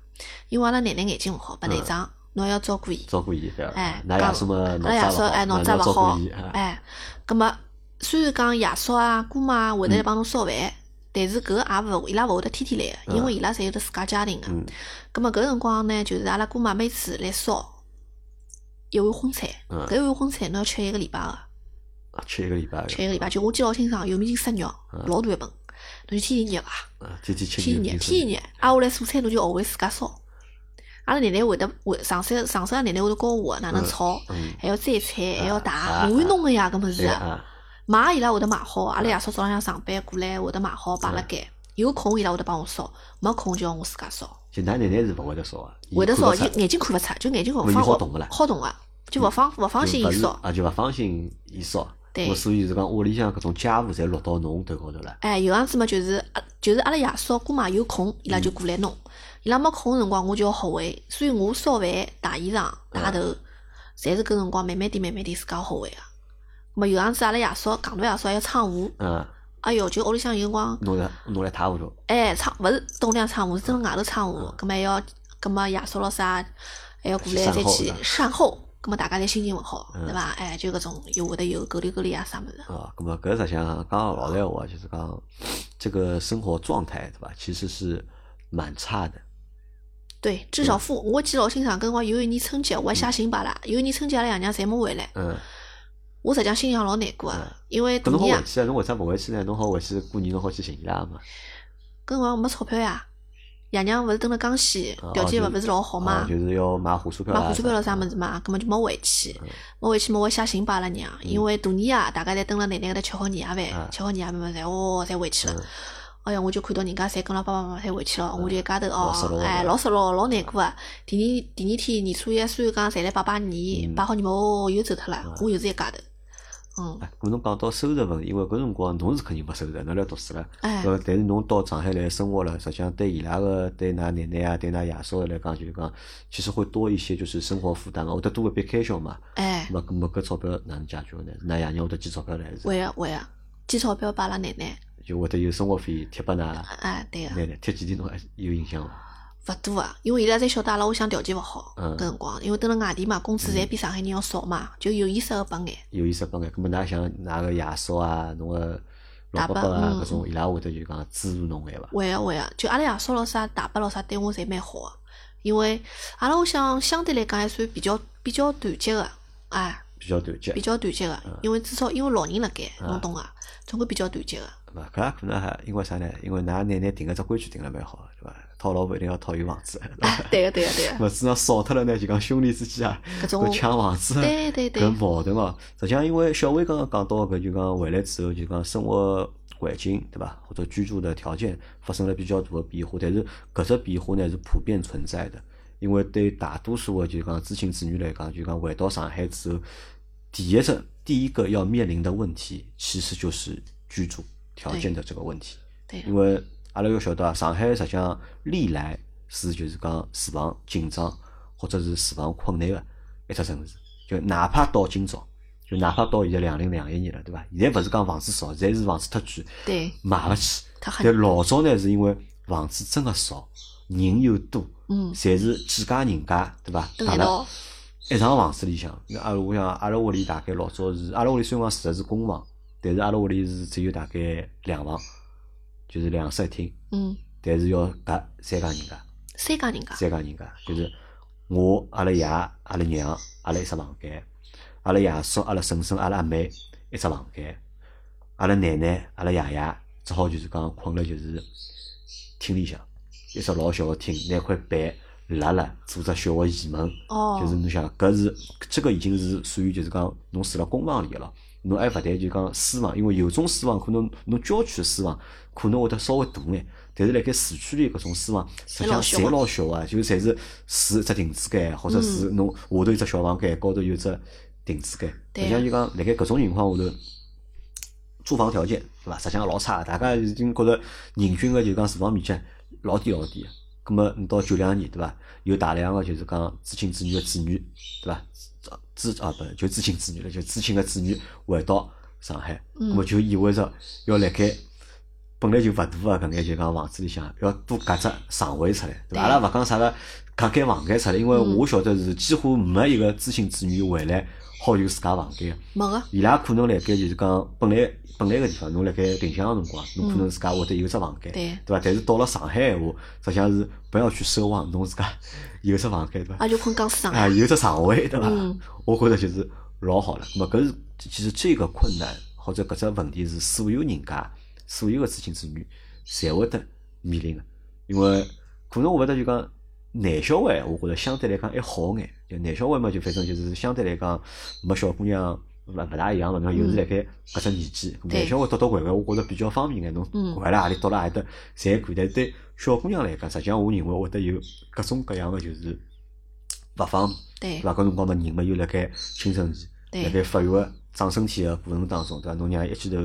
因为阿拉奶奶眼睛勿好，白内障，侬还要照顾伊。 嗯照顾伊对伐？哎㑚爷叔嘛，阿拉爷叔哎脑子脑子也勿也勿好，好侬要照哎顾伊，啊，嗯哎，葛末虽然讲爷叔啊、姑妈啊会得来帮侬烧饭，但是搿个也勿，伊拉勿会得天天来嗯个，因为伊拉侪有得自家家庭个。葛末搿辰光呢，就是阿拉姑妈每次来烧一碗荤菜，嗯搿一碗荤菜呢要吃一个礼拜个，啊，吃一个礼拜，吃一个礼拜。就我记得老清爽，有面筋塞肉，嗯老大一盆，侬就天天热伐？啊，天天吃天牛热筋丝天热，挨啊下来蔬菜侬就学会自家烧。阿拉奶奶会得会上山上山，奶奶会得教我哪能炒，嗯，还要摘菜，还要啊汏，哪会弄个呀？搿么对是啊？啊，买伊拉会得买好，阿拉爷叔早浪向上班过嗯来会得买好摆辣盖，有空伊拉会得帮我烧，没空就让我自家烧。就㑚奶奶是勿会得烧啊，伊会得看烧，勿出就眼睛看勿出，就眼睛看勿勿放伊哦好动勿啦好动个，就勿放勿放心就勿伊是烧。啊，就勿放心伊烧。对我所以是讲屋里向搿种家务侪落到侬头高头了。哎，有样子嘛，就是啊就是阿拉爷叔姑妈有空，伊拉就过来弄。伊拉没空个辰光，我就要学会，所以我烧饭、汏衣裳、汏头，侪是搿辰光慢慢点、慢慢点自家学会个。咾么有样子，阿拉爷叔戆大爷叔还要唱舞，嗯，哎哟，就屋里向有辰光弄得弄得一塌糊涂。哎，唱勿是东亮唱舞，是真的外头唱舞，葛末还要，葛末爷叔咾啥，还要过来再去善后，葛末大家侪心情勿好，嗯对伐？哎，就搿种又会得有狗里狗里啊啥物事，啊，那么搿实际上讲老实话，就是讲这个生活状态，对吧？其实是蛮差的。对，嗯至少父，我记得老清爽，跟我有一年春节，我还写信拨啦，有一年春节阿拉爷娘侪没回来，嗯，我实际上心里向老难过嗯啊，因为搿大侬好年回啊，去啊？侬为啥勿回去呢？侬好回去过年，侬好去寻伊拉嘛？跟我没钞票呀，爷娘勿是蹲辣江西啊，条件就勿是老好啊嘛，就是要买火车票哦买啊。火车票了啥么么子？子嘛，根本就没回去嗯，没回去嘛，我写信拨阿拉娘，因为大年夜大家侪蹲辣奶奶搿搭吃好年夜嗯饭，吃好年夜饭嘛，侪哦侪回去了嗯。哎呀，我就看到人家侪跟了爸爸妈妈侪回去了，我就一家头老失落哦，哎，了老失落，老难过啊。第二第二天年初一，虽然讲侪来拜拜年，嗯拜好年嘛，哦又走脱了，我又是一家头。嗯，哎，搿侬讲到收入问题，因为搿辰光侬是肯定没收入，侬辣读书了。哎，呃，但是侬到上海来生活了，实际上对伊拉个对㑚奶奶啊，对㑚爷叔来讲，就是讲，其实会多一些就是生活负担嘛，会得多一笔开销嘛。哎，没没搿钞票哪能解决呢？㑚爷娘会得寄钞票来还是？会啊会啊，寄钞票拨阿拉奶奶，就会得有生活费贴拨㑚奶哎，对个。奶，贴几天侬还有印象伐？勿多啊，因为伊拉侪晓得阿拉屋里向条件勿好，嗯搿辰光，因为蹲辣外地嘛，工资侪比上海人要少嘛，就有意识个拨眼。有意思帮眼，葛末㑚像㑚个爷叔啊，侬个老伯伯大啊，伯嗯搿种伊拉会得就讲资助侬眼伐？会个会个，啊就阿拉爷叔啊咾啥、大伯咾啥对我侪蛮好个，啊因为阿拉屋里向相对来讲还算比较比较团结个，哎，比较团结，比较团结个，嗯因为至少因为老人辣盖，侬懂个，总归比较团结啊 个。对伐？搿也可能还因为啥呢？因为㑚奶奶定个只规矩定了蛮好的，对伐？讨老婆一定要讨有房子， 对伐？哎，对个对个对个，勿是那少脱了呢，就讲兄弟之间啊，搿搿种抢房子啊，对对对搿矛盾哦。实际上，因为小薇刚刚讲到搿，就讲回来之后，就讲生活环境对伐，或者居住的条件发生了比较大的变化，但是搿只变化呢是普遍存在的。因为对大多数的就讲知青子女来讲，就讲回到上海之后，第一只第一个要面临的问题，其实就是居住条件的这个问题。对因个，为阿拉要晓得啊，上海实际上历来是就是讲住房紧张或者是住房困难个一只城市，就哪怕到今朝，就哪怕到现在两零两一年了，对伐？现在勿是讲房子少，现在是房子太贵，对，买勿起。他很但老早呢，是因为房子真个少，人又多，嗯，侪是几家人家，对伐？蹲阿一拉道，一幢房子里向，那阿拉我想阿拉屋里大概老早是，阿拉屋里虽然讲住的是公房，但是阿拉屋里是只有大概两房，就是两室一厅。嗯，但是要隔三家人家，三家人家，三家人家就是我、阿拉爷、阿拉娘、阿拉一只房间，阿拉爷叔、阿拉婶婶、阿拉阿妹一只房间，阿拉奶奶、阿拉爷爷只好就是讲困了就是厅里向，一只老小个厅，拿块板拉拉做只小个移门，哦就是侬想搿是这个已经是属于就是讲侬住辣公房里个了。侬还勿谈就讲私房，因为有种私房可能侬郊区的私房可能会得稍微大眼，但是辣盖市区里搿种私房，实际上侪老小嗯侪老小啊，就侪是住一只亭子间，或者是侬下头一只小房间，高头有一只亭子间。实对啊际上就讲辣盖搿种情况下头，住房条件对伐？实际上老差的，大家已经觉着人均个就讲住房面积老低老低的。葛么你到九两年对伐？有大量个就是讲知青子女个子女对伐？知啊不就知青子女了，就知青个子女回到上海，嗯葛么就意味着要辣盖。本来就勿大个搿眼就讲房子里向要多隔只床位出来，对伐？阿对拉勿讲啥个隔间房间出来，因为嗯我晓得是几乎没一个知青子女回来好有自家房间。没啊个，伊拉可能辣盖就是讲本来本来个地方，侬辣盖定向个辰光，侬可能自家会得有只房间，对对伐？但是到了上海闲话，实际上是不要去奢望侬自家 有只房间，对伐？也就困江上啊，海。有只床位，对伐嗯？我觉着就是老好了。那么搿是其实这个困难或者搿只问题是所有人家所有个知青子女侪会得面临个，因为可能我会得就讲。男小孩，我觉着相对来讲还好眼，就男小孩嘛，就反正就是相对来讲没小姑娘勿勿大一样嘛，侬又是辣盖搿只年纪，嗯对男小孩倒倒拐拐，我觉着比较方便眼，侬嗯掼辣何里倒辣何里搭侪可以。但是对小姑娘来讲，实际上我认为会得有各种各样个就是勿方便。对伐？对搿辰光嘛，人嘛又辣盖青春期，对辣盖发育个长身体个过程当中，对伐？侬让伊一记头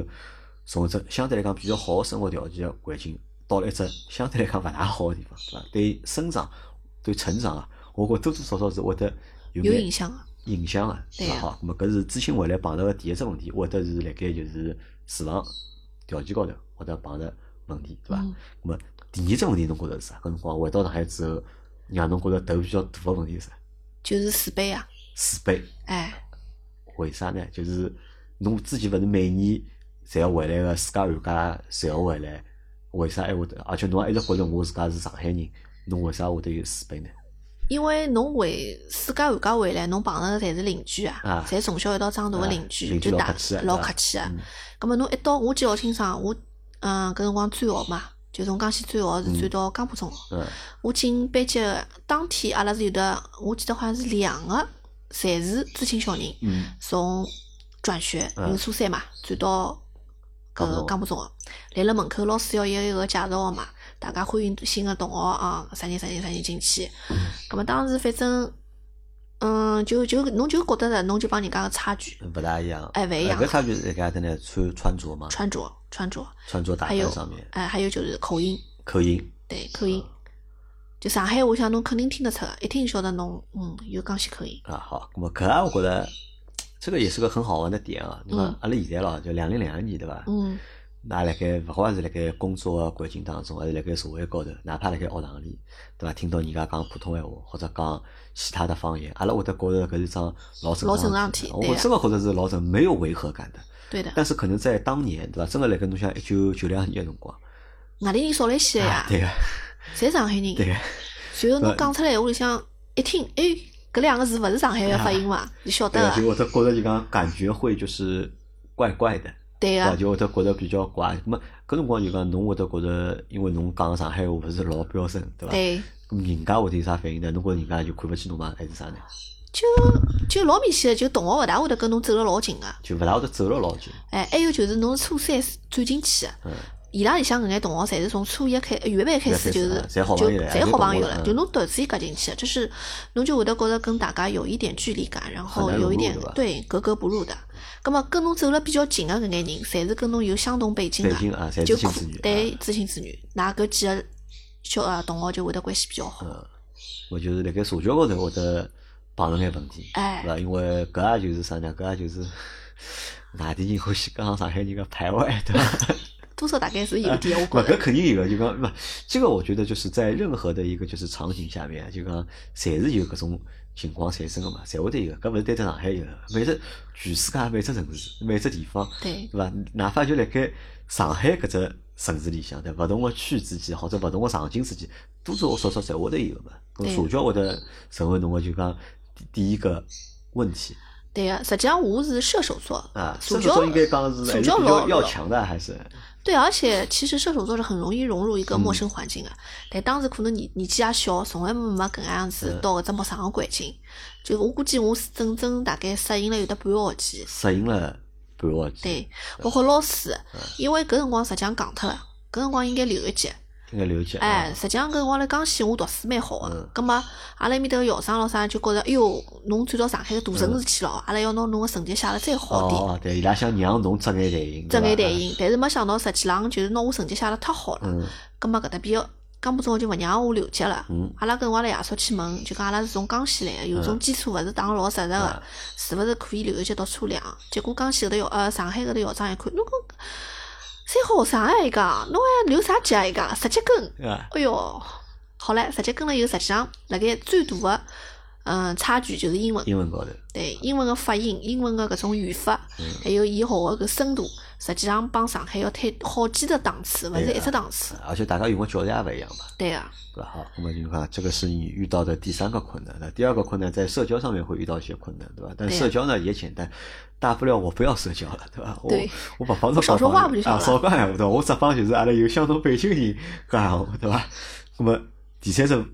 从一只相对来讲比较好个生活条件个环境，到了一只相对来讲勿大好个地方，对伐？对生长、对成长啊，我觉多多少少是会得有有眼影响个。影响个，是对伐？啊好，咾么搿是知青回来碰到个第一只问题，会得是辣盖就是住房条件高头会得碰着问题，对伐？嗯咾么第二只问题侬觉着是啥？搿辰光回到上海之后，让侬觉着头比较大个问题是啥？就是自卑啊，自卑。哎，为啥呢？就是侬之前勿是每年侪要回来个，自家寒假侪要回来，为啥还会得？而且侬也一直觉着我自家是上海人，侬为啥会得有自卑呢？因为侬回自家寒假回来，侬碰着的侪是邻居啊啊，侪从小一道长大啊个邻邻居，居就老大客气啊老对吧客气个。嗯咁么侬一到我记得老清爽，我嗯搿辰光转学嘛，就从江西转学是转到江浦中学。嗯我进班级的当天，阿拉是有的，我记得好像是两个，侪是知青小人，嗯从转学，嗯因为初三嘛，转到搿个江江浦中学，来了门口，老师要一个一个介绍个嘛，大家欢迎新的同学啊，啥人啥人啥人进去。嗯咁么当时反正，嗯，就就侬就觉得了，侬就帮人家个差距，勿大一样。哎勿一样搿差距是在搿搭呢，穿穿着嘛，穿着穿着，穿着打还扮有上面，哎，还有就是口音，口音。对口音。就上海，我想侬肯定听得出的，一听就晓得侬，嗯，有江西口音。啊，好，那么搿啊，我觉得这个也是个很好玩的点啊。那么阿拉现在咯，就两零两一年对伐？嗯，那辣盖勿管是辣盖工作啊个环境当中，还是辣盖社会高头，哪怕辣盖学堂里，对伐？听到人家讲普通闲话，或者讲其他的方言，阿拉会得觉着搿是桩老正老常正的常事体体对我啊真个觉着是老正，没有违和感的。对的。但是可能在当年，对伐？真个辣盖侬想一九九两年个辰光，外地人少来些个啊呀，对个侪上海人。对啊个，然对后侬讲出来话里向一听，哎，搿两个字勿是上海个发音嘛，啊就晓对得啊个，就会个。得觉着就讲感觉会就是怪怪的。对对伐？啊个，就会得觉得比较怪。咁么搿辰光就讲侬会得觉着，因为侬讲上海话勿是老标准，对伐？对，咁人家会得有啥反应呢？侬觉着人家就看勿起侬吗？还是啥呢？就就老明显个，就同学勿大会得跟侬走了老近个。啊就勿大会得走了老近。哎，还有就是侬是初三转进去个，嗯，伊拉里向搿眼同学侪是从初一开，呃原班开始原班开始就是啊侪好就朋友了侪好朋还是同友学了，嗯就侬突然之间夹进去，啊就是侬就会得觉着跟大家有一点距离感，然后很难融有一入点对吧对格格不入的。葛么跟侬走了比较近个搿眼人，侪是跟侬有相同背景北个。京啊，侪就知青可子女。对啊，知青子女，那搿几个小呃同学就会得关系比较好。嗯，我就是辣盖社交高头会得碰着眼问题，哎对伐？因为搿也就是啥呢？搿也就是 外地人欢喜讲上海人个排外，对伐？多少大概是有点，不，我搿觉得。肯定有个，就讲不，这个我觉得就是在任何的一个就是场景下面，啊就讲侪是有搿种情况产生的嘛，侪会得有个，搿勿是单单上海有的，每只全世界每只城市每只地方，对对伐？哪怕就辣盖上海搿只城市里向，对伐勿同个区之间或者勿同个场景之间，多多少少侪会得有的嘛。对咁社交会得成为侬个就讲第第一个问题对个，实际上我是射手座啊，社社交交应该讲是还社是比交老较要强的，还是对，而且其实射手座是很容易融入一嗯个陌生环境个，但当时可能年年纪也小，从来没没搿能样子嗯到搿只陌生个环境。就我估计我是整整大概适应了有得半个学期，适应了半个学期，对，包括老师，嗯因为搿辰光实际上戆脱了，搿辰光应该留一级。应该了解。啊哎，实际上搿辰光辣江西，我读书蛮好嗯个。葛末阿拉埃面搭个校长咾啥就觉着，哎哟，侬转到上海个大城市去了，阿拉要拿侬个成绩写了再好点，嗯哦，对，伊拉想让侬遮眼台影，遮眼对待吧。应。但是没想到，实际浪就是拿我成绩写了太好了。嗯，葛末搿搭边个江浦中学就勿让我留级了嗯。阿拉搿辰光辣夜宵去问，就讲阿拉是从江西来个，有种基础勿是打得老实实啊个，是勿是可以留一级读初两？结果江西搿搭校呃上海搿搭校长一看，侬搿三好学生啊，伊讲，侬还留啥级啊？伊讲十级根。啊，哎哟，好唻，实际跟了以后，实际上辣盖最大个嗯差距就是英文，英文高头，对英文个发音、英文个搿种语法，嗯还有伊学个搿深度，实际上帮上海要推好几个档次，勿是对一啊只档次。而且大家用个教材也勿一样嘛，对啊，对吧？好，那么就是讲这个是你遇到的第三个困难。那第二个困难在社交上面会遇到一些困难，对吧？但对呀啊社交呢也简单，大不了我不要社交了， 对吧？我对我不帮侬少说话不就行啊，了少讲闲话对吧？我只帮就是阿拉有相同背景人讲闲话，对吧？那么第三种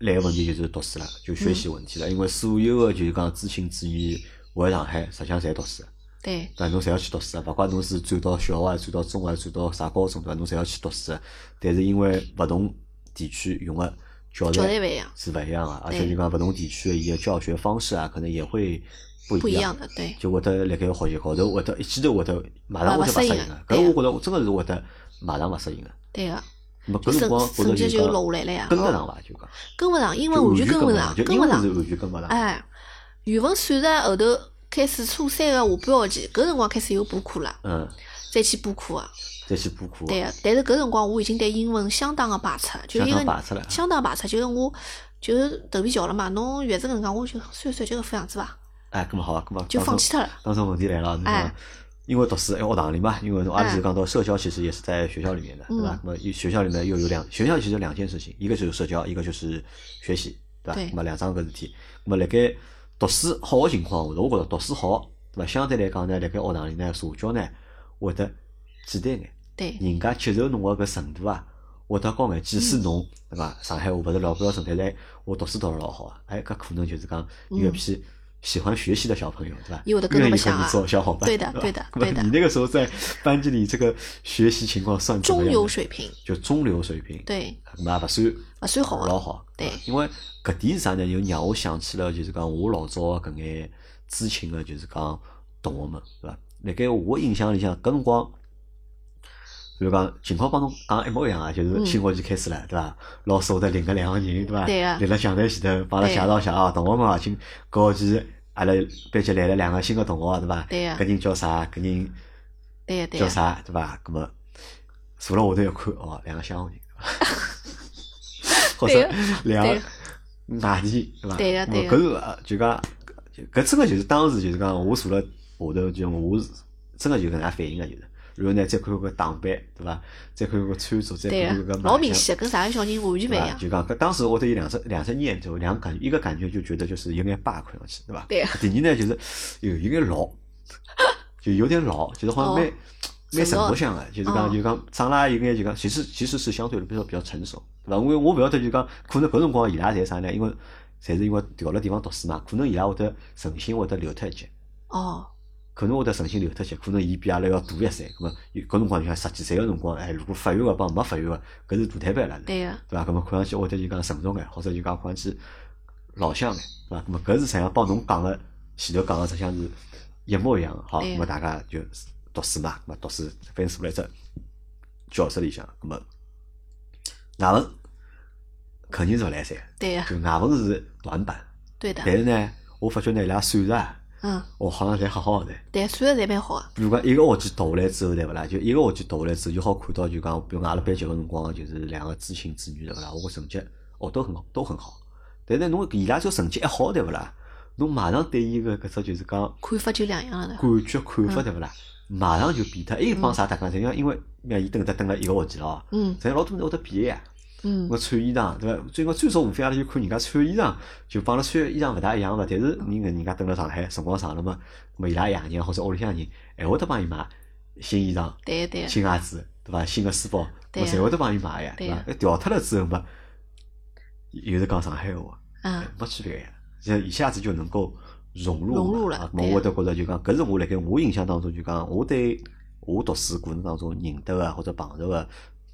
来个问题就是读书了，就学习问题了，因为所有的就是讲知青子女回上海，实际上侪读书。对对伐？侬侪要去读书，啊勿怪侬是转到小学啊，转到中学啊，转到啥高中对伐？侬侪要去读书，啊但是因为勿同地区用个教教材材勿一样，是勿一样个，而且对就讲勿同地区的伊个教学方式啊，可能也会不不一一样样。的，对就会得辣盖学习高头，会得一记头会得马上勿会得勿适适应应个。对啊搿我觉着真个是会得马上勿适应个。对个，那么搿就辰成光觉成着绩就就讲落啊下来了呀。跟得上伐？就讲跟勿上，英就文完完全跟跟勿勿上，就跟英勿文上是。完全跟勿上。，哎，语文算是后头开始初三个下半学期，搿辰光开始有补课了，嗯，再去补课个。啊再去补课，对个，但是搿辰光我已经对英文相当个排斥，就是相因为当排斥了。啊相当排斥，就是我就是头皮翘了嘛。侬越是搿能讲，我就算算就搿副样子伐，哎，搿么好啊，搿么就帮放侬弃脱了。当中问题来了，那哎个因为读书要学堂里嘛，因为侬阿拉哎是讲到社交，其实也是在学校里面的，对吧嗯？那么学校里面又有两，学校其实有两件事情，一个就是社交，一个就是学习，对吧对？那么两桩搿事体，那么辣盖读书好个情况下头，我觉着读书好，对吧？相对来讲呢，辣盖学堂里呢，社交呢会得简单眼，对人家接受侬个搿程度啊。会得高眼，即使嗯侬对伐？上海话勿是老标准，但是我读书读得老好啊，哎，搿可能就是讲有一嗯批喜欢学习的小朋友，对伐？有的跟愿他意们和想你啊做小伙伴。对的吧对的那么对的你那个时候在班级里，这个学习情况算怎么中样游呢水平，就中流水平，对，那也勿算勿算好啊老个。好。对吧因为搿点是啥呢？又让我想起了，就是讲我老早搿眼知青个，就是讲同学们，对伐？辣盖我印象里向，搿辰光。就是讲情况帮侬讲一模一样啊，就是嗯新学期开始了，对伐？老师会得领个两个人，对伐？对啊立辣讲台前头帮阿拉对介绍一下啊，同学们啊，今搿学期阿拉班级来了两个新的同学，对伐？对啊搿人叫啥？搿人对个对叫个，啥，对伐？咁么坐了下头一看，哦，两个香港人，或对者个两对个个外地，对伐？对咁个么对搿是啊就讲，搿真个就是当时就是讲，我坐了下头，就我是真个就搿能介反应个，就是。然后呢，再看看搿打扮，对伐？再看看搿穿着，再对看看个搿，老卖明相显，跟上海小人完全勿一对吧样。就讲，搿当时我对有两只两只念头，两个感觉，一个感觉就觉得就是有眼霸，看上去，对吧？对啊第二呢，就是有有眼老， 就有点老，就是好像蛮哦蛮成成熟熟相的，啊就是讲嗯就是讲长啦有眼就讲，其实其实是相对比较比较成熟，对吧？因为我勿晓得就讲，可能搿辰光伊拉侪啥呢？因为侪是因为调了地方读书嘛，可能伊拉会得存心会得留脱一截。哦，可能会得存心留脱些，可能伊比阿拉要大一岁，咁么有搿辰光就像十几岁个辰光，哎，如果发育个帮没发育个，搿是大摊板了。对个，对伐？咁么看上去会得就讲成熟眼，或者就讲看上去老相眼，对伐？咁么搿是实际上帮侬讲个前头讲个实际上是一模一样个，好，对咁么大家就读书嘛，咁么读书反正坐辣一只教室里向，咁么外文肯定是勿来三，对个，就外文是短板，对的但，是呢，我发觉呢伊拉算术啊，嗯，我好像侪好好的。对，算的侪蛮好啊个。比如讲一个学期读下来之后，对勿啦？就一个学期读下来之后，就好看到就讲，比如讲阿拉班级个辰光，啊就是两个知青子女，对勿啦？我成绩哦都很好，都很好。但是侬伊拉只要成绩一好，对勿啦？侬马上对伊个搿只就是讲看法就两样了的。感觉看法，对勿啦？马上就变脱。还有帮啥大家？实际上因为那伊等得等了一个学期了哦，嗯实际上老多人会得变呀。嗯我，穿衣裳，对伐？最我最少无非阿拉就看人家穿衣裳，就帮阿拉穿的衣裳勿大一样伐？但是人搿人家蹲辣上海辰光长了嘛，咾伊拉爷娘或者屋里向人还会得帮伊买新衣裳、对个对个，新鞋子，对伐？新个书包，对咾啊侪会得帮伊买呀，对对啊伐？哎调脱了之后嘛，又是讲上海话，嗯，没区别个呀，就一下子就能够融入融入了啊咾对啊我会得觉着就讲，搿是我辣盖我印象当中就讲，我对我读书过程当中认得啊个或者碰着个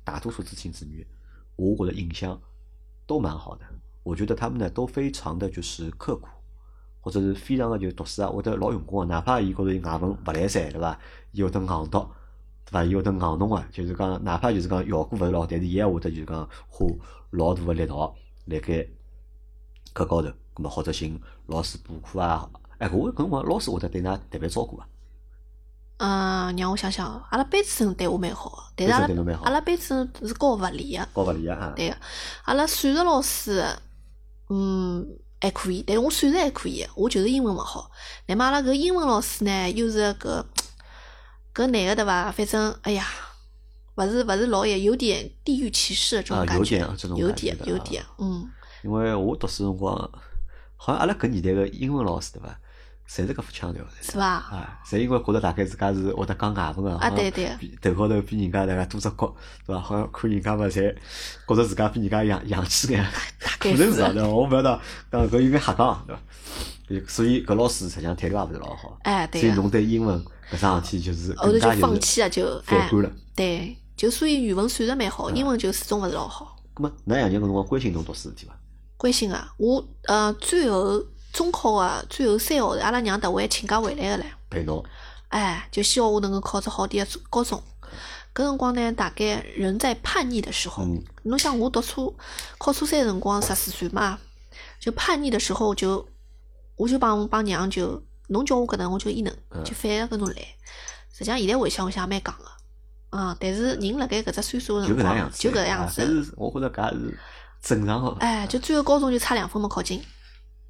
大多数知青子女，我觉着印象都蛮好的。我觉得他们呢都非常的就是刻苦，或者是非常的就读书啊，会得老用功的。哪怕伊觉着伊外文勿来三，对伐？伊会得硬读，对伐？伊会得硬弄啊，就是讲哪怕就是讲效果勿是老好，但是伊也会得就是讲花老大个力道辣盖搿高头。咁么或者寻老师补课啊，哎，我搿辰光老师会得对㑚特别照顾啊，嗯，让我想想，阿拉班主任对我蛮好个，但班主是阿任拉对侬蛮好阿，拉班主任是教物理个，教勿理啊，啊对个。阿拉数学老师，嗯，还可以，但是我算术还可以，我就是英文勿好。乃末阿拉搿英文老师呢，又是搿搿男个对伐？反正哎呀，勿是勿是老严，有点地域歧视的这啊种感有觉点啊这的，种有感觉点的有啊点，嗯，因为我读书辰光，好像阿拉搿年代个英文老师对伐，侪是搿副腔调的。是伐？啊，侪因为觉得大概自家是会得讲外文个，啊对对比头高头比人家大概多只角，对伐？好像看人家嘛，侪觉得自家比人家洋洋 气眼，可概能是是啊，对伐？我勿晓得，讲搿应该瞎讲，对伐？就所以搿老师实际上态度也勿是老好，哎，所对以个，侬对英文搿桩事体就是后头更就加就放是弃了，就反哎，感了。对，就所以语文算术蛮好，英文就始终勿是老好。葛末㑚爷娘搿辰光关心侬读书事体伐？关心啊，我呃最后中考啊，最后三个号头，阿拉娘特为请假回来个唻，陪侬哎，就希望我能够考只好点个高中。搿辰光呢，大概人在叛逆的时候嗯，侬想我读初考初三的辰光十四岁嘛，就叛逆的时候就，我就帮帮娘就，侬叫我搿能，我就伊能，嗯就反个跟侬来。实际上现在回想我想蛮戆个，啊，但是人辣盖搿只岁数的就搿辰能样光，子，嗯哦就搿能啊样但子，是我觉着搿也是正常个，哎，就最后高中就差两分没考进，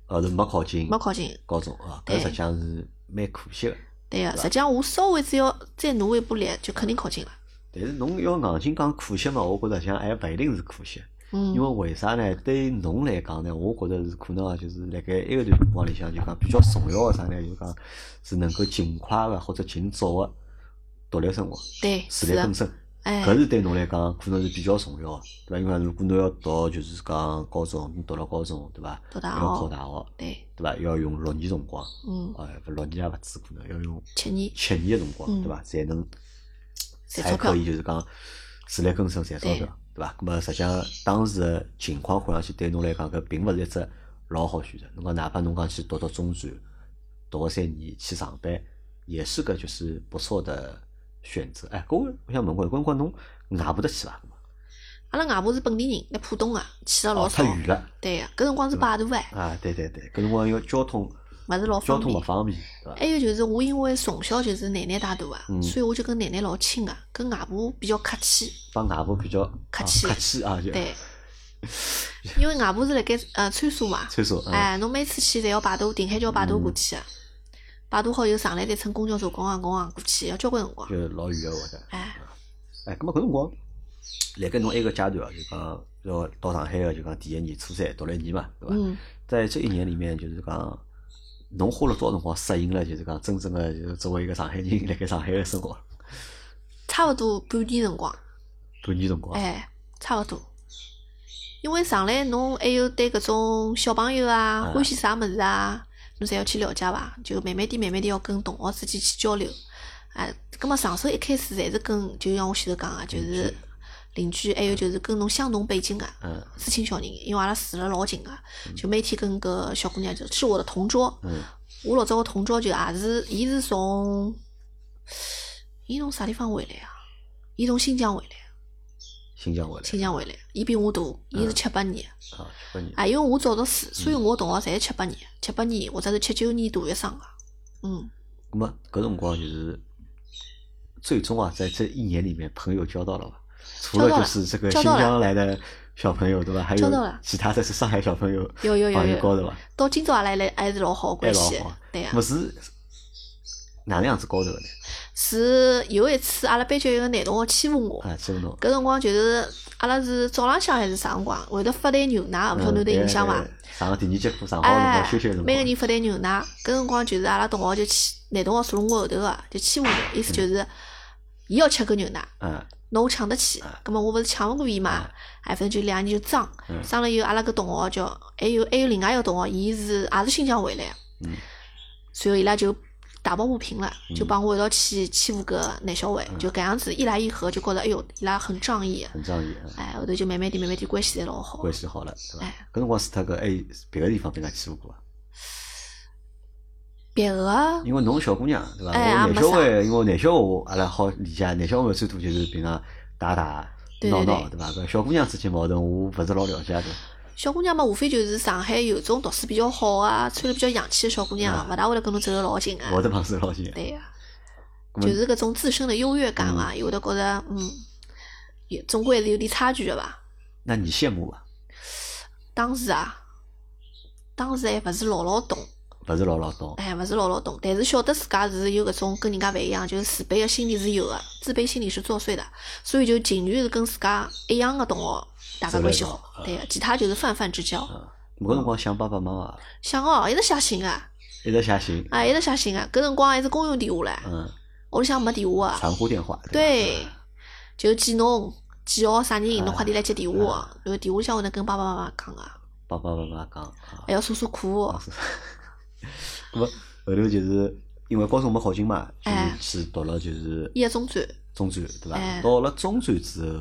后头没考进没考进。高中啊，搿对实际上是蛮可惜个。对啊个、实际上我稍微只要再努一步力，就肯定考进了。但是侬要硬劲讲可惜嘛，我觉着像还勿一定是可惜，嗯因为，为啥呢？对侬来讲呢，我觉着是可能啊，就是辣盖埃个段辰光里向，就讲比较重要个啥呢？就讲是能够尽快个或者尽早个独立生活、对，自是力的更，生，哎，搿是对侬来讲可能是比较重要个，对伐？因为如果侬要读就是讲高中，侬读了高中，对伐？读大要考学，大学，对，对伐？要用六年辰光，嗯，哎，勿六年也勿止，可能要用七年七年个辰光，嗯对伐？才能赚才钞可票以就是讲自力更生赚钞对票，对伐？那么实际上当时的情况看上去对侬来讲，搿并勿是一只老好选择。侬讲哪怕侬讲去读读中专，读个三年去上班，也是个就是不错的选择。哎，搿我我想问过，搿辰光侬外婆得去伐？阿拉外婆是本地人，辣浦东个，去了老哦，少太。远了对啊个，搿辰光是摆渡哎，啊！对对对，搿辰光要交通勿是老交方通勿。便方便，对伐？还有就是我因为从小就是奶奶带大个，嗯所以我就跟奶奶老亲个，跟外婆比较客气。帮外婆比较客气啊客气啊，就对， 因为外婆是辣盖呃川沙嘛，厕所啊，哎，侬每次去侪要摆渡，定海桥摆嗯渡过去个，摆渡好以后上来再乘公交车，咣咣咣过去，要交关辰光。就老远个会得。哎，哎，咁么搿辰光，辣盖侬埃个阶段啊，就讲要到上海个，就讲第一年初三读了一年嘛，对伐？嗯，在这一年里面，就是讲，侬花了多少辰光适应了，就是讲真正的就是作为一个上海人 辣盖上海个生活，差勿多半年辰光，半年辰光，哎，差勿多。因为上来侬还有对搿种小朋友啊啊，欢喜啥物事啊，侬侪要去了解伐？就慢慢点、慢慢点要跟同学之间去交流。哎，葛么上手一开始侪是跟，就像我前头讲个，啊就邻是居邻居，还有就是跟侬相同背景个、啊嗯知青小人，因为阿拉住了老近个、啊就每天跟搿小姑娘就是我的同桌，嗯，我老早个同桌就也是，伊是从，伊从啥地方回来啊？伊从新疆回来，新疆回来新疆回来，伊比我大，嗯伊是七八年的，啊，七八年，啊，因为我早读书，所以我同学侪是七八年、七八年或者是七九年大学生个，嗯，咁么搿辰光就是最终啊，在这一年里面，朋友交到了伐？除交到就了是这个交新到了疆来的小朋友对伐？还交有到了其他的是上海小朋友有有有朋友高有，头伐？啊到今朝阿拉还还是老好的关系还老好，对啊么个，是哪能样子高头个呢？是有一次阿拉班级有个男同学欺负我，啊，只有侬搿辰光就是阿拉是早浪向还是啥辰光，会得发袋牛嗯奶，勿晓得侬有得印象伐？？上个第二节课上好辰光哎休息的辰，每个光，人发袋牛奶，搿辰光就是阿拉同学就欺，男同学坐辣我后头个，就欺负我，意思就是，嗯伊要吃搿牛奶，啊，侬抢得起，葛末我勿是抢勿过伊嘛，哎，反正就两个人就争嗯，争了以后，阿拉搿同学叫，还有还有另外一个同学，伊是也是新疆回来的，嗯随后伊拉就打抱不平了，嗯就帮我一道去欺负搿男小孩，就搿样子一来一合，就觉着哎哟，伊拉很仗义，很仗义啊，哎，后头就慢慢点慢慢点关系侪老好，关系好了，对伐哎？搿辰光除脱搿还有别个地方被人家欺负过伐？啊别个啊因为侬是小姑娘对伐？哎我也男没小啥孩，因为男小孩阿拉好理解，男小孩最多就是平常打打对闹对闹对伐？搿小姑娘之间矛盾我勿是老了解的，小姑娘嘛，无非就是上海有种读书比较好啊，穿了比较洋气的小姑啊娘，勿大会得跟侬走得老近啊 我。得帮手老近。对呀、咁就是搿种自身的优越感啊嘛，有会得觉着嗯，也总归还啊是有点差距的吧。那你羡慕伐？当时啊，当时还勿是老老懂，勿是老老懂。哎，勿是老老懂，但是晓得自家是有搿种跟人家勿一样，就是自卑的心理是有的，自卑心理是作祟的，所以就尽量是跟自家一样的同学，大家关系好，对个，其他就是泛泛之交。搿辰光想爸爸妈妈，想哦，一直写信啊，一直写信，哎，一直写信啊，搿辰光还是公用电话唻，嗯，屋里向没电话啊。长呼电话。对吧，嗯就记侬几号啥哎人，侬快点来接电话啊，然后电话响我能跟爸爸妈妈讲啊，哎爸爸妈妈讲啊还要诉诉苦啊，。是那么后头就是因为高中没考进嘛，哎就是去读了就是一中专中专，对伐？哎到了中专之后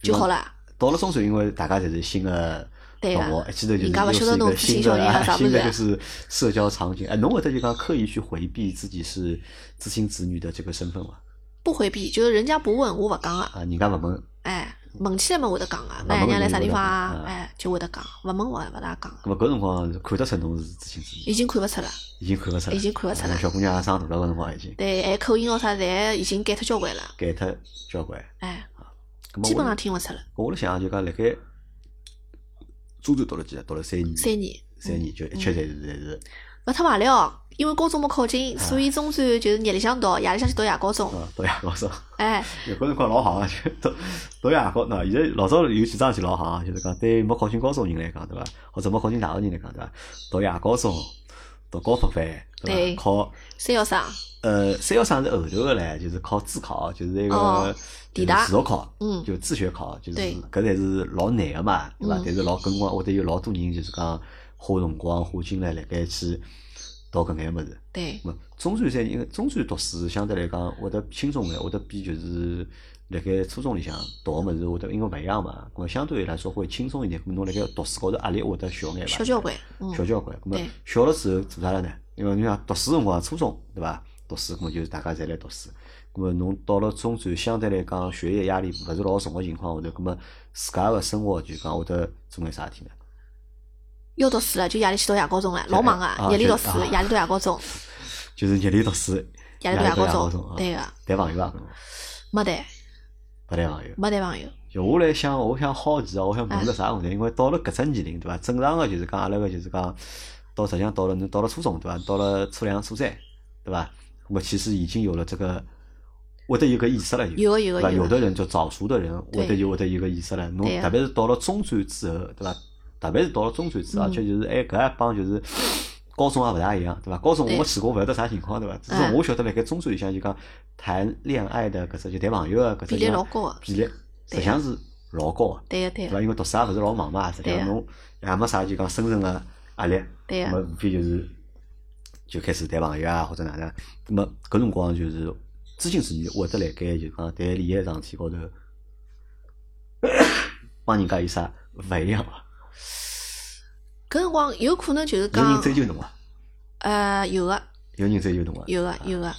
就好。了，到了中专，因为大家侪是新的同对啊学，一记头就是人家又勿是晓得一侬个自己新小人啊的啥新的物事就啊是社交场景。哎，侬会得就讲刻意去回避自己是知心子女的这个身份伐？不回避，就是人家不问我勿讲啊，啊，人家勿问，哎，问起来嘛会得讲啊啊，那爷娘来啥地方问啊问，哎就会得讲，勿问我也勿大讲，那么搿辰光看得出侬是知心子女，已经看勿出了，已经看得出来，已经看得出来啊小姑娘长大了搿辰光已经对，还口音咯啥侪已经 get 交关了，改脱交关。哎，那么基我本上听勿出了，我辣想就讲辣盖中专读了几年，读了三年，三年，三年就一切侪是侪是勿太买力哦，因为高中没考进，所以中专就是日里向读，夜里向去读夜高中，啊，读夜高中。哎，有搿辰光老好啊，就读读夜高喏，现在老早有几桩事体老好啊，就是讲对没考进高中人来讲，对伐？或者没考进大学人来讲，对伐？读夜高中，读高复班，对伐？考三幺三，呃三幺三是后头个唻，就是考自考，就是那个哦就是地大自学考，嗯就自学考，就是对搿才是老难个嘛，对伐嗯？但是老辰光，会得有老多人就是讲花辰光、花精力辣盖去读搿眼物事。对，没中专三年，因为中专读书相对来讲会得轻松眼，会得比就是辣盖初中里向读个物事会得因为勿一样嘛，咾相对来说会轻松一点。咾么侬辣盖读书高头压力会得小眼伐？小交关，嗯，小交关。咾么对小了之后做啥了呢？因为侬想读书辰光，啊初中对伐？读书咾么就是大家侪来读书。咾么侬到了中专，相对来讲学业压力勿是老重个情况下头，咾么自家个生活就讲会得做眼啥事体呢？要读书了，就夜里去读夜高中了，对老忙啊夜里就读书啊，夜里读夜高中，就是日里读书，夜里夜读夜读夜高中中啊，对个，谈朋友啊，没得勿谈朋友。没得朋友，就我来想，我想好奇啊，我想问哎个啥问题？因为到了搿只年龄，对伐？正常个就是讲阿拉个就是讲，到实际上到了侬到了初中，对伐？到了初两、初三，对伐？我其实已经有了这个，会得有个意识了，有的有对的伐？有的，的人就早熟的人，对会得有会得有个意识了。侬对啊特别是到了中专之后，对伐？特别是到了中专之后，嗯而且就是哎，搿一帮就是高中也勿大一样，对伐？高中我对没去过，勿晓得啥情况，对伐？只是嗯我晓得辣盖中专里向就讲谈恋爱的搿只就谈朋友啊的搿只比例像老高个，比例实际上是老高个，对个啊对对伐？个因为读书也勿是老忙嘛，实际上对啊侬也没啥就讲深层个压力，对啊那个，么无非就是就开始谈朋友啊或者哪能，那么搿辰光就是知心子女会得辣盖就讲谈恋爱桩事体高头，帮人家有啥勿一样伐？搿辰光有可能就是有人讲，追求侬伐？呃，有个有人追求侬伐？啊有个有个。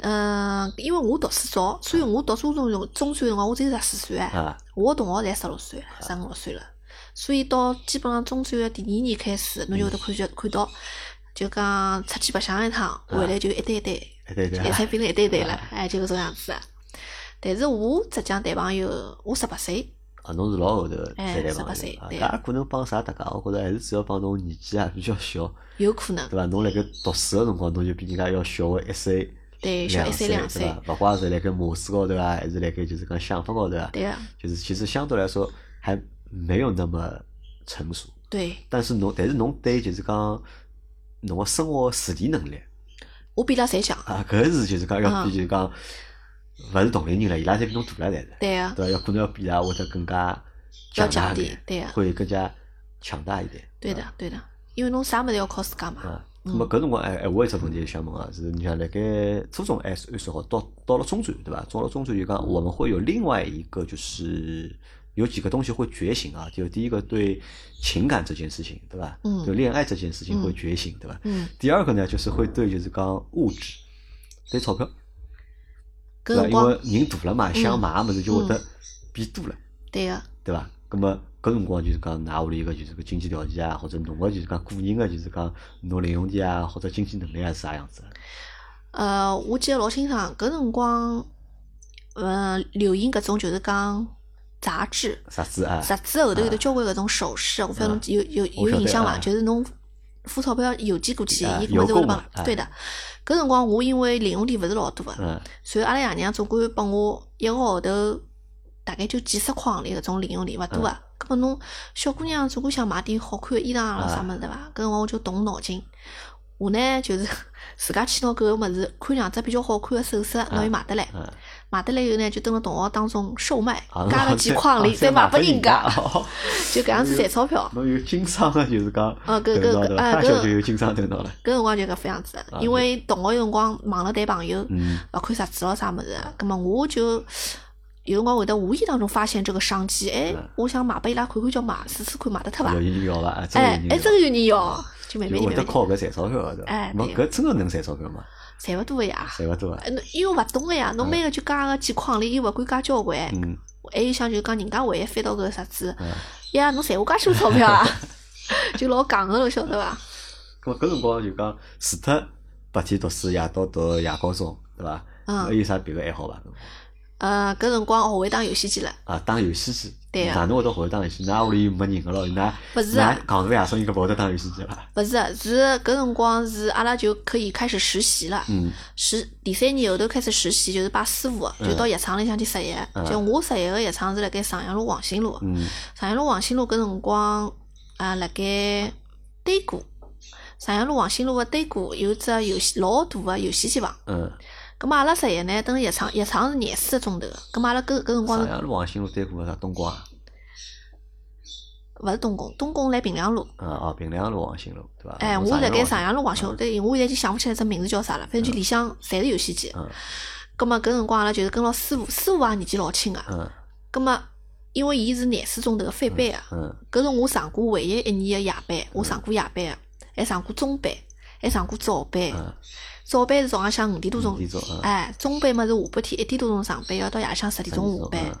嗯，因为我读书早，所以我读初中中中专辰光，我只有十四岁哎，啊，我的同学侪十六岁了，十五六岁了，所以到基本上中专的第二年开始，侬就会得看见看到，就讲出去白相一啊趟，回来就一堆一堆，哎对对啊也，才变成一对对了啊，哎，就搿种样子啊。但是我浙江谈朋友，我十八岁，啊，侬是老后头才哎谈十八朋岁友啊，对搿也可能帮啥大家？我觉着还是主要帮侬年纪啊比较小。有可能对伐？侬辣盖读书个辰光，侬就比人家要小个一岁、对小两一岁对两岁伐，？勿管是辣盖模式高头啊，还是辣盖就是讲想法高头啊，对个，就是其实相对来说还没有那么成熟。对但是侬，但是侬对就是讲侬个生活自理能力我比伊拉侪强，啊，搿是就是讲要比嗯就是讲勿是同龄人了，伊拉侪比侬大了，侪是对个，对伐？要可能要比伊拉会得更加要强大强一点点，，对个，会更加强大一点。对的对的，因为侬啥物事要靠自家嘛，啊，那么搿辰光，哎哎，我有只问题想问啊，是你像辣盖初中还算还算好，到到了中专对伐？到了中专就讲我们会有另外一个就是有几个东西会觉醒啊，就第一个对情感这件事情对伐？嗯就恋爱这件事情会觉醒对伐？嗯，第二个呢，就是会对就是讲物质，对钞票对啊搿伐？辰因光嗯为人大了嘛，想买个物事就会得变多了。对啊个，对伐？咁么搿辰光就是讲，㑚屋里个就是个经济条件啊，或者侬个就是讲个人个就是讲侬零用钱啊，或者经济能力啊是啥样子？呃，呃我记得老清爽，搿辰光，嗯，流行搿种就是讲杂志，啥子啊？嗯杂志后头有得交关搿种首饰，我勿晓得侬有有我有晓得印象伐？啊就是侬付钞票邮寄过去，啊伊搿物事会邮购帮嘛啊对的。搿辰光我因为零用钿勿是老多个，嗯所以阿拉爷娘总归拨我一个号头大概就几十块行钿搿种零用钿，勿多嗯啊。搿么侬小姑娘总归想买点好看个衣裳啊啊啥物事对伐？搿辰光我就动脑筋，我呢就是 自家去拿搿个物事，看两只比较好看个首饰，拿伊买得来，嗯，买得来以后呢，就蹲辣同学当中售卖啊，加了几块 钿再再卖拨人家家，。就哦搿样子赚钞票。侬哦有经商个就是讲哦头脑搿搿对搿伐？啊大小搿就有经商头脑了。搿辰光就搿副样子啊，因为同学有辰光忙了谈朋友，嗯勿看杂志咯啥物事，葛么我就有辰光会得无意当中发现这个商机，哎嗯，我想买拨伊拉看看叫买试试看买得脱伐有？人要伐？啊真哎有人哎，要真个有人要，就慢慢就地会慢得慢靠地，搿赚钞票个对伐哎？没对搿真个能赚钞票吗？赚勿多个呀。赚勿多啊。哎侬因为勿懂个呀，侬每个就加个几筐钿，伊勿管加交关，嗯还有想就是讲人家万一翻到搿个杂志，嗯。呀，侬赚我介许多钞票 啊，就老戆个了，晓得伐？咁搿辰光就讲，除脱白天读书，夜到读夜高中，对伐？嗯还有啥别个爱好伐？呃，搿辰光学会打游戏机了，啊，打游戏机。对啊哪能会得学会打游戏？㑚屋里没人个咯？㑚不是啊㑚戆着夜生应该勿会得打游戏机伐？勿是，是搿辰光是阿拉就可以开始实习了。 嗯实第三年后头开始实习，就是拜师傅，就到药厂里向去实习嗯。就我实习个药厂是辣盖上阳路黄兴路，嗯上阳路黄兴路搿辰光啊，辣盖对过。上阳路黄兴路个对过有只游戏老大个游戏机房，嗯。葛末阿拉实习呢，等药厂，药厂是廿四个钟头的，葛末阿拉搿搿辰光上是阳路、王兴路对过啥东光啊？勿是东宫，东宫辣平凉路，嗯哦，平凉路、王兴路对伐？哎，嗯我辣盖上上阳阳路黄兴路，对，我现在已经想勿起来只名字叫啥了，反正就里向侪是游戏机。嗯葛末搿辰光阿拉就是跟牢师傅，师傅也年纪老轻个、嗯葛末因为伊是廿四钟头个翻班个，嗯搿是我上过唯一一年个夜班，我上过夜班个，还上过中班，还上过早班。嗯，早班是早浪向五点多钟五点钟嗯，哎，中班嘛是下半天一点多钟上班，要到夜向十点钟下10班点钟。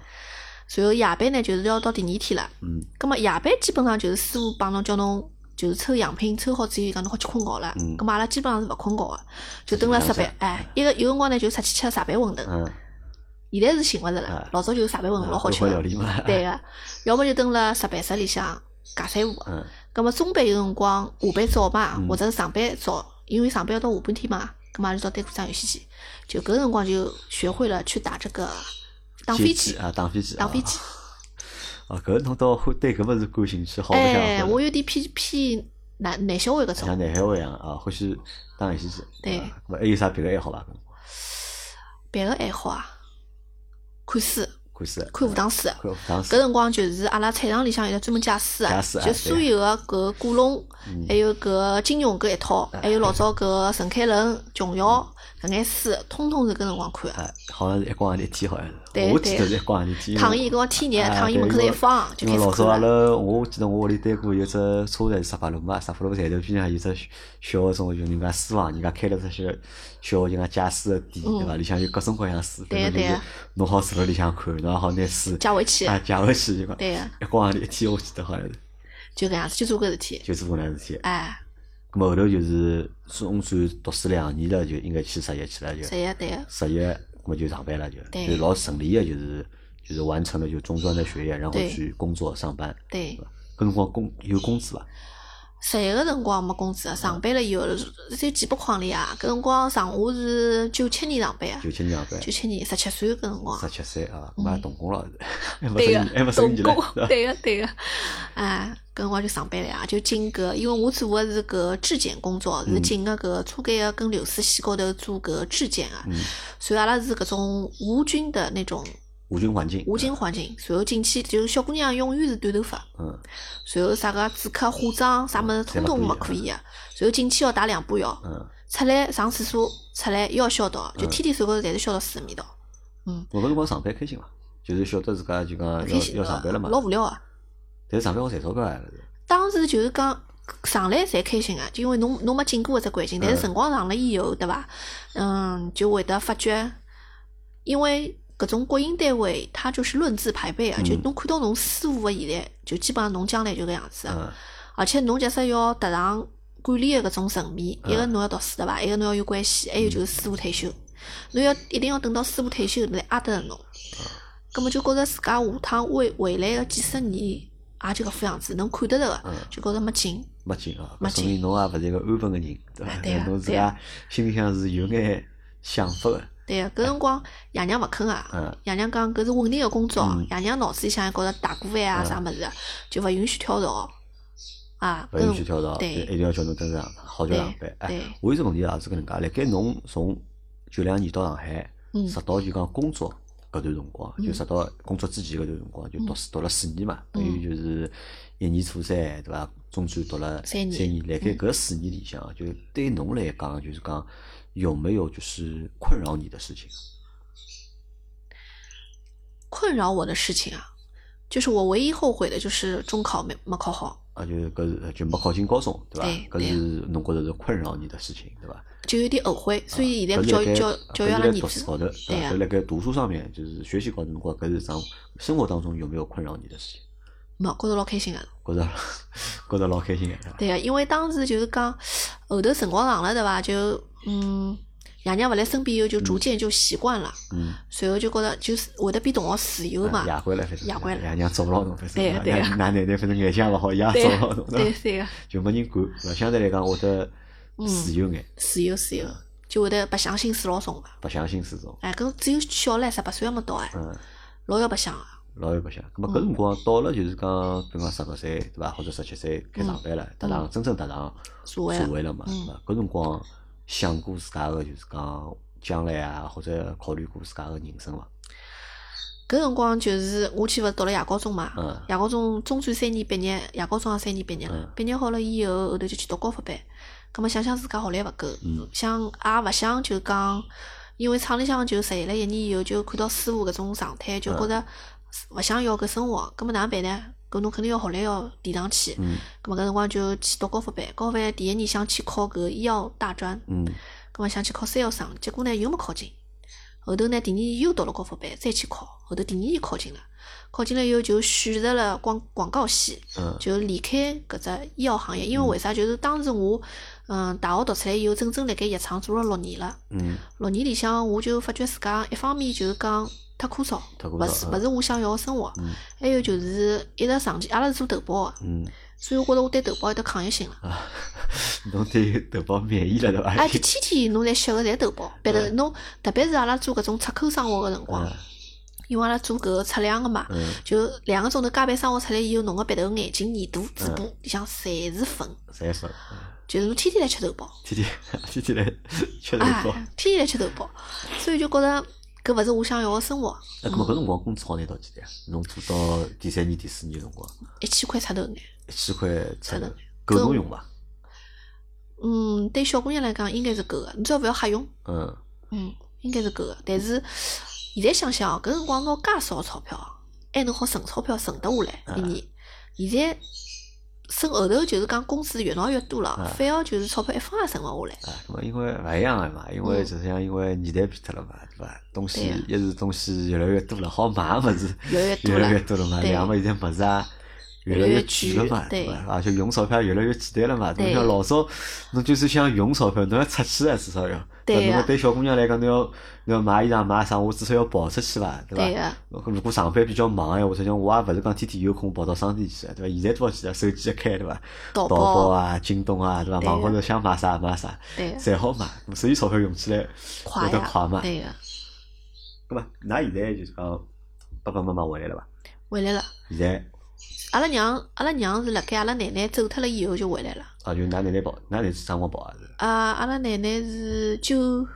然后夜班呢，就是要到第二天了。嗯葛末夜班基本上就是师傅帮侬叫侬就是抽样品，抽好之后讲侬好去困觉了嗯。葛末阿拉基本上是勿困觉个，就蹲辣就石是这板样，哎，一个有辰光呢就出去吃个石板馄饨。嗯，现在是寻勿着了哎，老早就是石板馄饨老好吃会料个，理嘛？ 对啊个。要么就蹲辣石板室里向尬三胡 个。嗯葛末中班有辰光下班早嘛，嗯或者是上班早，因为上班要到下半天嘛，葛末就到对过上游戏机。就搿辰光就学会了去打这个打飞接机机，啊，打飞机，打飞机。啊，搿侬倒会对搿物事感兴趣，好白相哎，好白我有点偏偏男男小孩搿相像种，南海湾一样啊，欢喜打游戏机。对啊，咾还有啥别个爱好伐？别个爱好啊，看书、看书、看武打书。啊看武打搿书，辰光就是阿拉菜场里向有得专门借书借啊，书啊就所有的搿古龙嗯，啊还有搿金庸搿一套，还有老早搿陈凯伦、琼瑶搿眼书，通通是搿辰光看的。啊，好像是一光洋一天，好像对是。我记得对是一光洋一天。因为躺椅搿光天热，啊躺椅对门口头因一为放就因开为始老早阿看了。拉，我记得我屋里对过有只车站是萨法路嘛，萨法路站头边上有只小小个种，就人家书房，人家开了只小小个人家借书个店，对伐？里向有各种各样书，嗯对反正就对是弄好坐辣里向看，侬也好拿书借回去啊，借回去就讲对个，一光洋一天，我记得好像是就搿样子，就做搿事体。就做搿能事体。哎，咁后头就是总算读书两年了，就应该去实习去了，就实习对个，实习，咁就上班了，就对就老顺利的，就是就是完成了就中专的学业，然后对去工作上班。对。搿辰光工有工资伐？实习个辰光没工嗯资啊，上班了以后只有几百块钿啊。搿辰光上我是九七年上班啊九，七年上班，九七年十七岁搿辰光啊十。七岁啊，咁也动工 了，还没对升个级， 还没，升动级嘞，工， 对个，对个，哎，搿辰光就上班了呀，就进搿，因为我做个是搿质检工作，嗯是进个搿车间个跟流水线高头做搿质检嗯啊，所以阿拉是搿种无菌的那种无菌环境，无菌环境，然后进去就是小姑娘永远是短头发，嗯，然后啥个指甲、化妆啥物事侪通勿通可以勿可以个，啊然后进去要汏两把药，哦嗯，出来上厕所出来要消毒，就天天手高头侪是消毒水个味道，我搿辰光上班开心伐？就是晓得自家就讲开要心嗯要上班了嘛，老无聊啊。但是上班好赚钞票啊，当时就是讲上来侪开心个、就因为侬侬没进过搿只环境，但是嗯辰光长了以后，对伐？嗯，就会得发觉，因为搿种国营单位，它就是论资排辈啊，嗯就侬看到侬师傅个现在，就基本上侬将来就搿样子啊。嗯，而且侬假使要踏上管理个搿种层面，嗯一个侬要读书对伐？一个侬要有关嗯系，还有就是师傅退休，侬要一定要等到师傅退休来阿得着侬。葛么就觉着自家下趟未未来个几十年也就搿副样子，侬看得着个嗯，就觉着没劲。没劲啊，没搿说明劲侬也勿是一个安分个人，对啊伐？对啊 侬自对嗯啊家心里向是有眼想法个，对啊个，搿辰光爷娘勿肯啊嗯，爷娘讲搿是稳定个工作嗯，爷娘脑子里向觉着大锅饭啊嗯啥物事，就勿允许跳槽啊。勿搿允辰许跳槽，就一对定要叫侬正常，好叫上班。哎对，我有只问题啊，是搿能介，辣盖侬从九两年到上海，嗯直到就讲工作搿段辰光，就嗯直到工作之前搿段辰光，就读书读了四年嘛，等嗯于就是一年初三，对伐？中专读了三年嗯三年，辣盖搿四年里向，就对侬来讲，就是讲有没有就是困扰你的事情？困扰我的事情啊，就是我唯一后悔的就是中考没没考好，啊，就搿是就没考进高中，对伐？对搿对是侬觉着是困扰你的事情，对伐？就有点后悔，所以现在搿是教辣盖教搿教是育阿拉辣儿读书子高头，，对伐呀搿，辣盖读书上面，就是学习高头，侬觉搿是桩生活当中有没有困扰你的事情？没觉着老开心个。觉着 觉着老开心个，啊是伐？对个，啊因为当时就是讲后头辰光长了对伐，就嗯爷娘勿辣身边以后就逐渐就习惯了，嗯，随后就觉着就是会得比同学自由嘛啊。夜归了，反正夜归了爷娘找勿牢侬，反正对呀㑚对呀㑚奶奶反正眼相勿好，伊也对找勿牢侬，对伐？对啊个，就没人管，是吧相对来讲会得嗯自由眼，自由自由，就会得白相心思老重个。白相心思重，哎，搿只有小唻，十八岁还没到哎，嗯。老要白相个。老有白相。咁么嗯搿辰光到了就是讲，比方十六岁对伐，或者十七岁开上班了，踏上真正踏上嗯社会社了会了嘛，嗯对伐？搿辰光想过自家个就是讲将来啊，或者考虑过自家个人生伐？搿辰光就是我去勿是读了夜高中嘛嗯，夜高中中专三年毕业，夜高中也三年毕业了嗯，毕业好了以后，后头就去读高复班。葛末想想自家学历勿够嗯，想也勿想就讲，因为厂里向就实习了一年以后，就看到师傅搿种常态，就觉嗯着勿想要搿生活，葛末哪能办呢？搿侬肯定要学历要提上去。嗯葛末搿辰光就去读高复班，高复班第一年想去考搿医药大专，嗯葛末想去考三幺生，结果呢又没考进。后头呢，第二年又到了高复班，再去考。后头第二年考进了，考进了以后就选择了广广告系，嗯就离开搿只医药行业。因为为啥？就是当时我，嗯，大学读出来以后，整整辣盖药厂做了六年了。嗯，六年里向，我就发觉自家一方面就是讲太枯燥，太枯勿燥是嗯勿是我想要个生活嗯。还有就是一直长期，阿拉是做投保个，嗯所以我觉着我对投保有得抗药性了。啊， 侬对投保免疫了对伐？哎，就天天侬来吸个侪投保，别头嗯侬特别是阿拉做搿种出口生活个辰光嗯，因为阿拉做搿个测量个嘛，嗯，就两个钟头加班生活出来以后，侬个鼻头、眼睛、耳朵、嘴嗯巴里向侪是粉，侪说就是侬天天来吃 头孢，天天天天来 吃哎头包。，天天来吃头孢，所以就觉着搿勿是我想要个生活，哎，咁么搿辰光工资好拿到几钿啊？侬做到第三年、第四年辰光，一千块出头眼。一千块出出头头，够侬用伐？嗯，对小姑娘来讲应该是够个，你只要勿要瞎用，嗯。嗯，应该是够个。但是现在想想哦，搿辰光拿介少个钞票啊，还能好存钞票存得下啊来一年。现在剩后头就是讲工资越拿越多了啊，反而就是钞票一分也存勿下来。啊，那么因为勿一样个嘛，因为嗯就是像因为年代变脱了嘛，对伐？东西对呀一是东西越来越多了，好买个物事越来越多越来了越多了嘛，对两么现在物事啊。越越来来越越贵贵了嘛，对伐？而且用钞票越来越简单了嘛。侬对像老早，侬就是想用钞票，侬要出去啊，至少要。对但呀侬对小姑娘来讲，侬要侬要买衣裳买啥，我至少要跑出去伐，对伐？对个，如果上班比较忙哎，或者像我也勿是讲天天有空跑到商店去，对伐？现在多少去啊？手机一开，对伐？淘淘宝宝啊、京东啊，对伐？对网高呀头想买啥买啥，对个，侪好买，所以钞票用起来快会得呀快嘛。对个，咁么，㑚现在就是讲爸爸妈妈回来了伐？回来了。现在阿拉娘，阿拉娘是辣盖阿拉奶奶走脱了以后就回来了。啊，就㑚奶奶跑，㑚奶奶是啥辰光跑啊？是啊，阿拉奶奶是九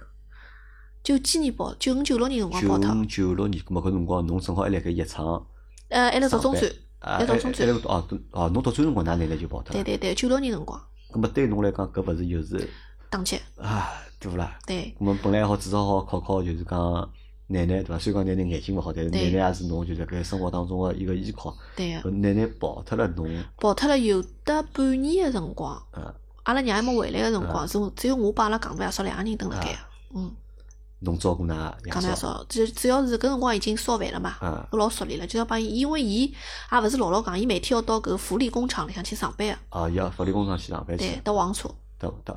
九几年跑，九五九六年辰光九跑脱五。九六年，咁么啊搿辰光侬正好还辣盖药厂呃，还辣读中上专班。啊，还还还读中专辣读哦读哦，侬读专辰光，㑚奶奶就跑脱对了。对对，九六年辰光咁么对侬来讲，搿勿是又是打击。啊，对勿啦？对咁么啊本来好至少好考考，就是讲。奶奶对伐？虽然讲奶奶眼睛勿好，但是奶对奶也是侬就是搿生活当中的一个依靠。对搿个，奶奶跑脱了侬，跑脱了有得半年个辰光，啊，阿拉娘还没回来个辰嗯光，是我只有我帮阿拉戆大爷叔两个人蹲辣盖个啊。嗯，侬照顾㑚戆爷大爷叔，叔，只只要是搿辰光已经烧饭了嘛，啊，我老熟练了，就要帮伊，因为伊啊也勿是老老戆，伊每天要到搿福利工厂里向去上班个，啊啊，要福利工厂去上班去对，，搭黄车。到到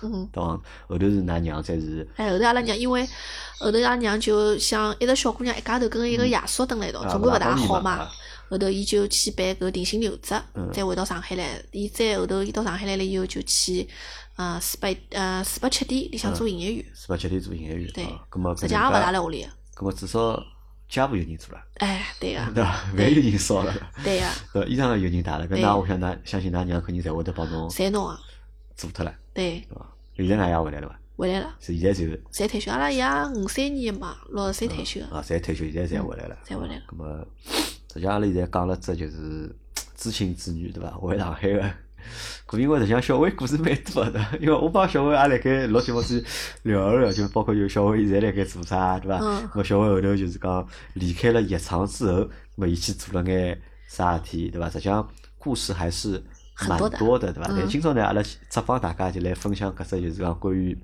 嗯。到后头是㑚娘才是哎，后头阿拉娘因为后头阿拉娘就想一直小姑娘一家头跟一个爷叔蹲辣一道，啊总归勿大帮你好嘛嘛。后头伊就去办搿定薪留职嗯，再回到上海来。伊再后头伊到上海来了以后，就去呃四百呃四百七店里向做营业员，是吧？七天做营业员对啊，葛末搿实际也勿能介大辣屋里。葛末至少家务有人 做了，哎，对个，对伐？饭有人烧了， 对个，对伐？衣裳有人洗了，搿对㑚我想㑚相信㑚娘肯定侪会得帮侬侪弄个，做脱了，对，对伐？现在㑚爷回来了伐？回来了，是现在就是侪退休。阿拉爷五三年嘛，六十岁退休个，啊，侪退休，现在侪回来了，侪回来了咁么，实际上阿拉现在讲了只就是知青子女对伐？回上海个，搿因为实际上小伟故事蛮多的，因为我帮小伟也辣盖录节目之前聊了聊，就包括就小伟现在辣盖做啥对伐？嗯咾小伟后头就是讲离开了药厂之后，咾么伊去做了眼啥事体对伐？实际上故事还是。蛮很多的多的，对伐？但嗯今朝呢，阿拉只帮大家就来分享搿只就是讲关于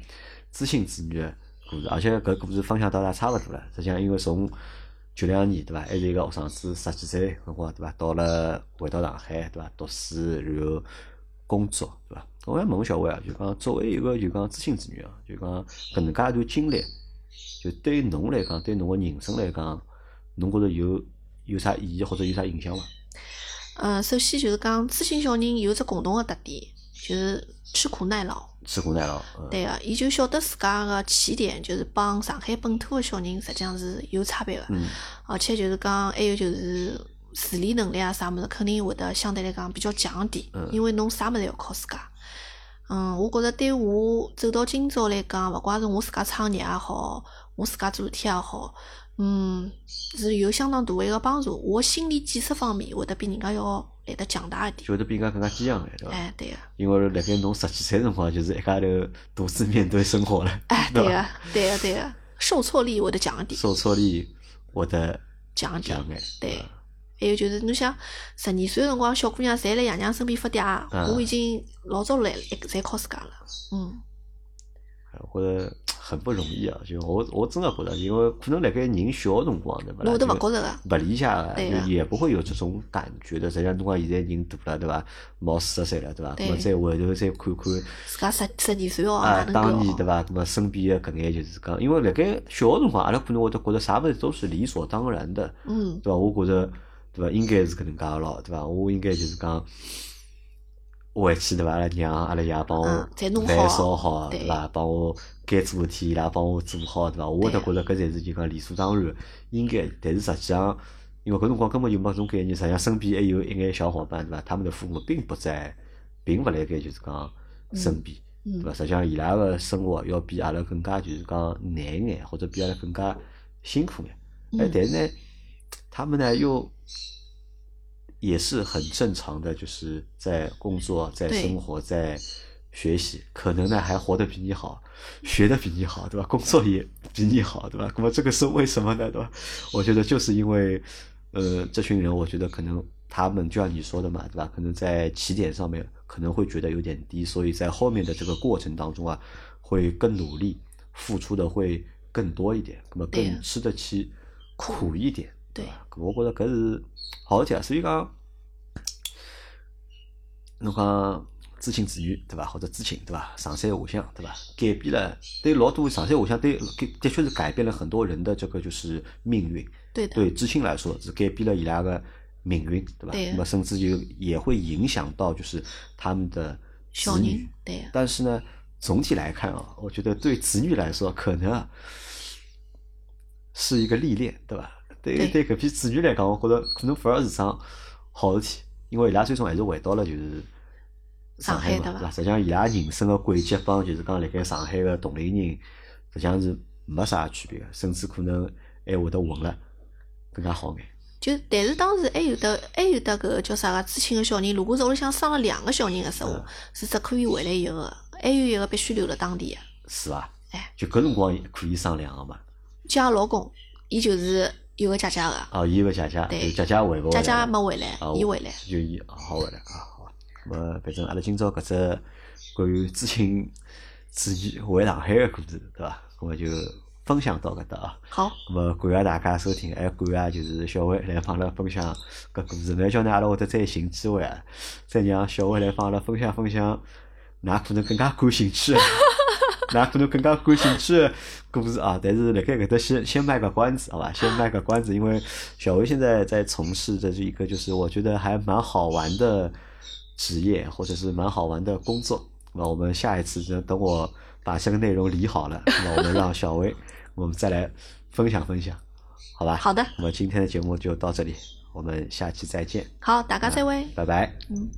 知青子女的故事，而且搿故事分享到大差勿多了。实际上，因为从九两年对伐，还是一个学生子十几岁辰光对伐，到了回到上海对伐，读书然后工作对伐。我想问问小伟啊，就讲作为一个就讲知青子女啊，就讲搿能介一段经历，就对侬来讲，对侬个人生来讲，侬觉着有有啥意义或者有啥影响伐？呃，首先就是讲知青小人有只共同个特点，就是吃苦耐劳。吃苦耐劳，嗯对个、伊就晓得自家个起点就是帮上海本土个小人实际上是有差别个，嗯而且就是讲还有就是自理能力啊啥物事肯定会得相对来讲比较强一点，嗯因为侬啥物事要靠自家。嗯，我觉着对我走到今朝来讲，勿怪是我自家创业也好，我自家做事体也好，嗯，是有相当大个一个帮助。我心理建设方面会得比人家要来得强大一点。就会得比人家更加坚强眼，对伐？哎，对个、因为辣盖侬十几岁辰光，就是一家头独自面对生活了，哎，对吧个、对个、对个、受挫力会得强一点，受挫力会得强一点强。眼，对吧，还有就是，侬想十二岁的辰光，小姑娘侪辣爷娘身边发嗲，嗯我已经老早来，侪靠自家了。嗯，哎我觉着很不容易啊！就我我真的觉着，因为可能辣盖人小辰光，对伐？侬会得勿就觉着个？不理解的，对就啊也不会有这种感觉的。实际上，侬讲现在人大了，对伐？毛四十岁了，对伐？对咾么再回头再看看。自家十十二岁哦，啊哪，能当够年对哦？伐？那么身边的搿眼就是讲，因为辣盖小个辰光，阿拉可能会得觉着啥物事都是理所当然的，嗯，对伐？我觉着对伐，应该是搿能介个咯，对伐？我应该就是讲回去对伐？阿拉娘、阿拉爷帮我嗯侪弄哦饭好烧好，对对伐？帮我该做事体伊拉帮我做好，对伐？我会得觉着搿才是就讲理所当然，应该。但是实际上，因为搿辰光根本就没搿种概念，实际上身边还有一眼小伙伴，对伐？他们的父母并不在，并勿辣盖就是讲身边。对伐？嗯，实际上，伊拉个生活要比阿拉更加就是讲难一眼，或者比阿拉更加辛苦眼。哎嗯，但是呢，他们呢又也是很正常的，就是在工作、在对生活、在学习，可能呢还活得比你好，学得比你好，对吧？工作也比你好，对吧？那么这个是为什么呢？对吧？我觉得就是因为，呃，这群人，我觉得可能他们就像你说的嘛，对吧？可能在起点上面可能会觉得有点低，所以在后面的这个过程当中啊，会更努力，付出的会更多一点，那么对更呀吃得起苦一点，对吧？搿我觉着搿是好事体啊，所以讲，侬讲知青子女对伐，或者知青对伐，上山下乡对伐，改变了对老多上山下乡对给的确是改变了很多人的这个就是命运，对的，对知青来说是改变了伊拉个命运对伐？对呀那么甚至就也会影响到就是他们的小子女人，对个，但是呢，总体来看啊，我觉得对子女来说，可能啊是一个历练，对吧？对对对，搿批子女来讲，我觉得可能反而是桩好事体，因为伊拉最终还是回到了就是上海上嘛，海对吧吧？实际上，伊拉人生的轨迹帮就是讲辣盖上海的同龄人，实际上是没啥区别的，甚至可能还会得混了更加好眼。就但是当时还有的还有的搿个叫啥个知青个小人，如果是屋里向生了两个小人个时候嗯，是只可以回来一个，还有一个必须留辣当地个。是伐？哎就搿辰光也可以商量个嘛。姐老公，伊就是有个姐姐个，哦，伊有个姐姐，对就姐姐回勿回姐来姐了没回来啊，，伊我回来。就伊好回来啊，好吧。那么反正阿拉今朝搿只关于知青子女回上海的故事，对伐？那么就分享到搿搭啊。好，那么感谢大家收听，还感谢就是小伟来帮阿拉分享搿故事。那叫呢，阿拉会得再寻机会啊，再让小伟来帮阿拉分享分享㑚可能更加感兴趣，啊 㑚可能更加感兴趣的故事啊。但是辣盖搿搭先先卖个关子，好吧，先卖个关子，因为小维现在在从事的这一个就是我觉得还蛮好玩的职业，或者是蛮好玩的工作。那我们下一次就等我把这个内容理好了，那我们让小维我们再来分享分享，好吧？好的，那么今天的节目就到这里，我们下期再见，好，大家再会。拜拜。嗯。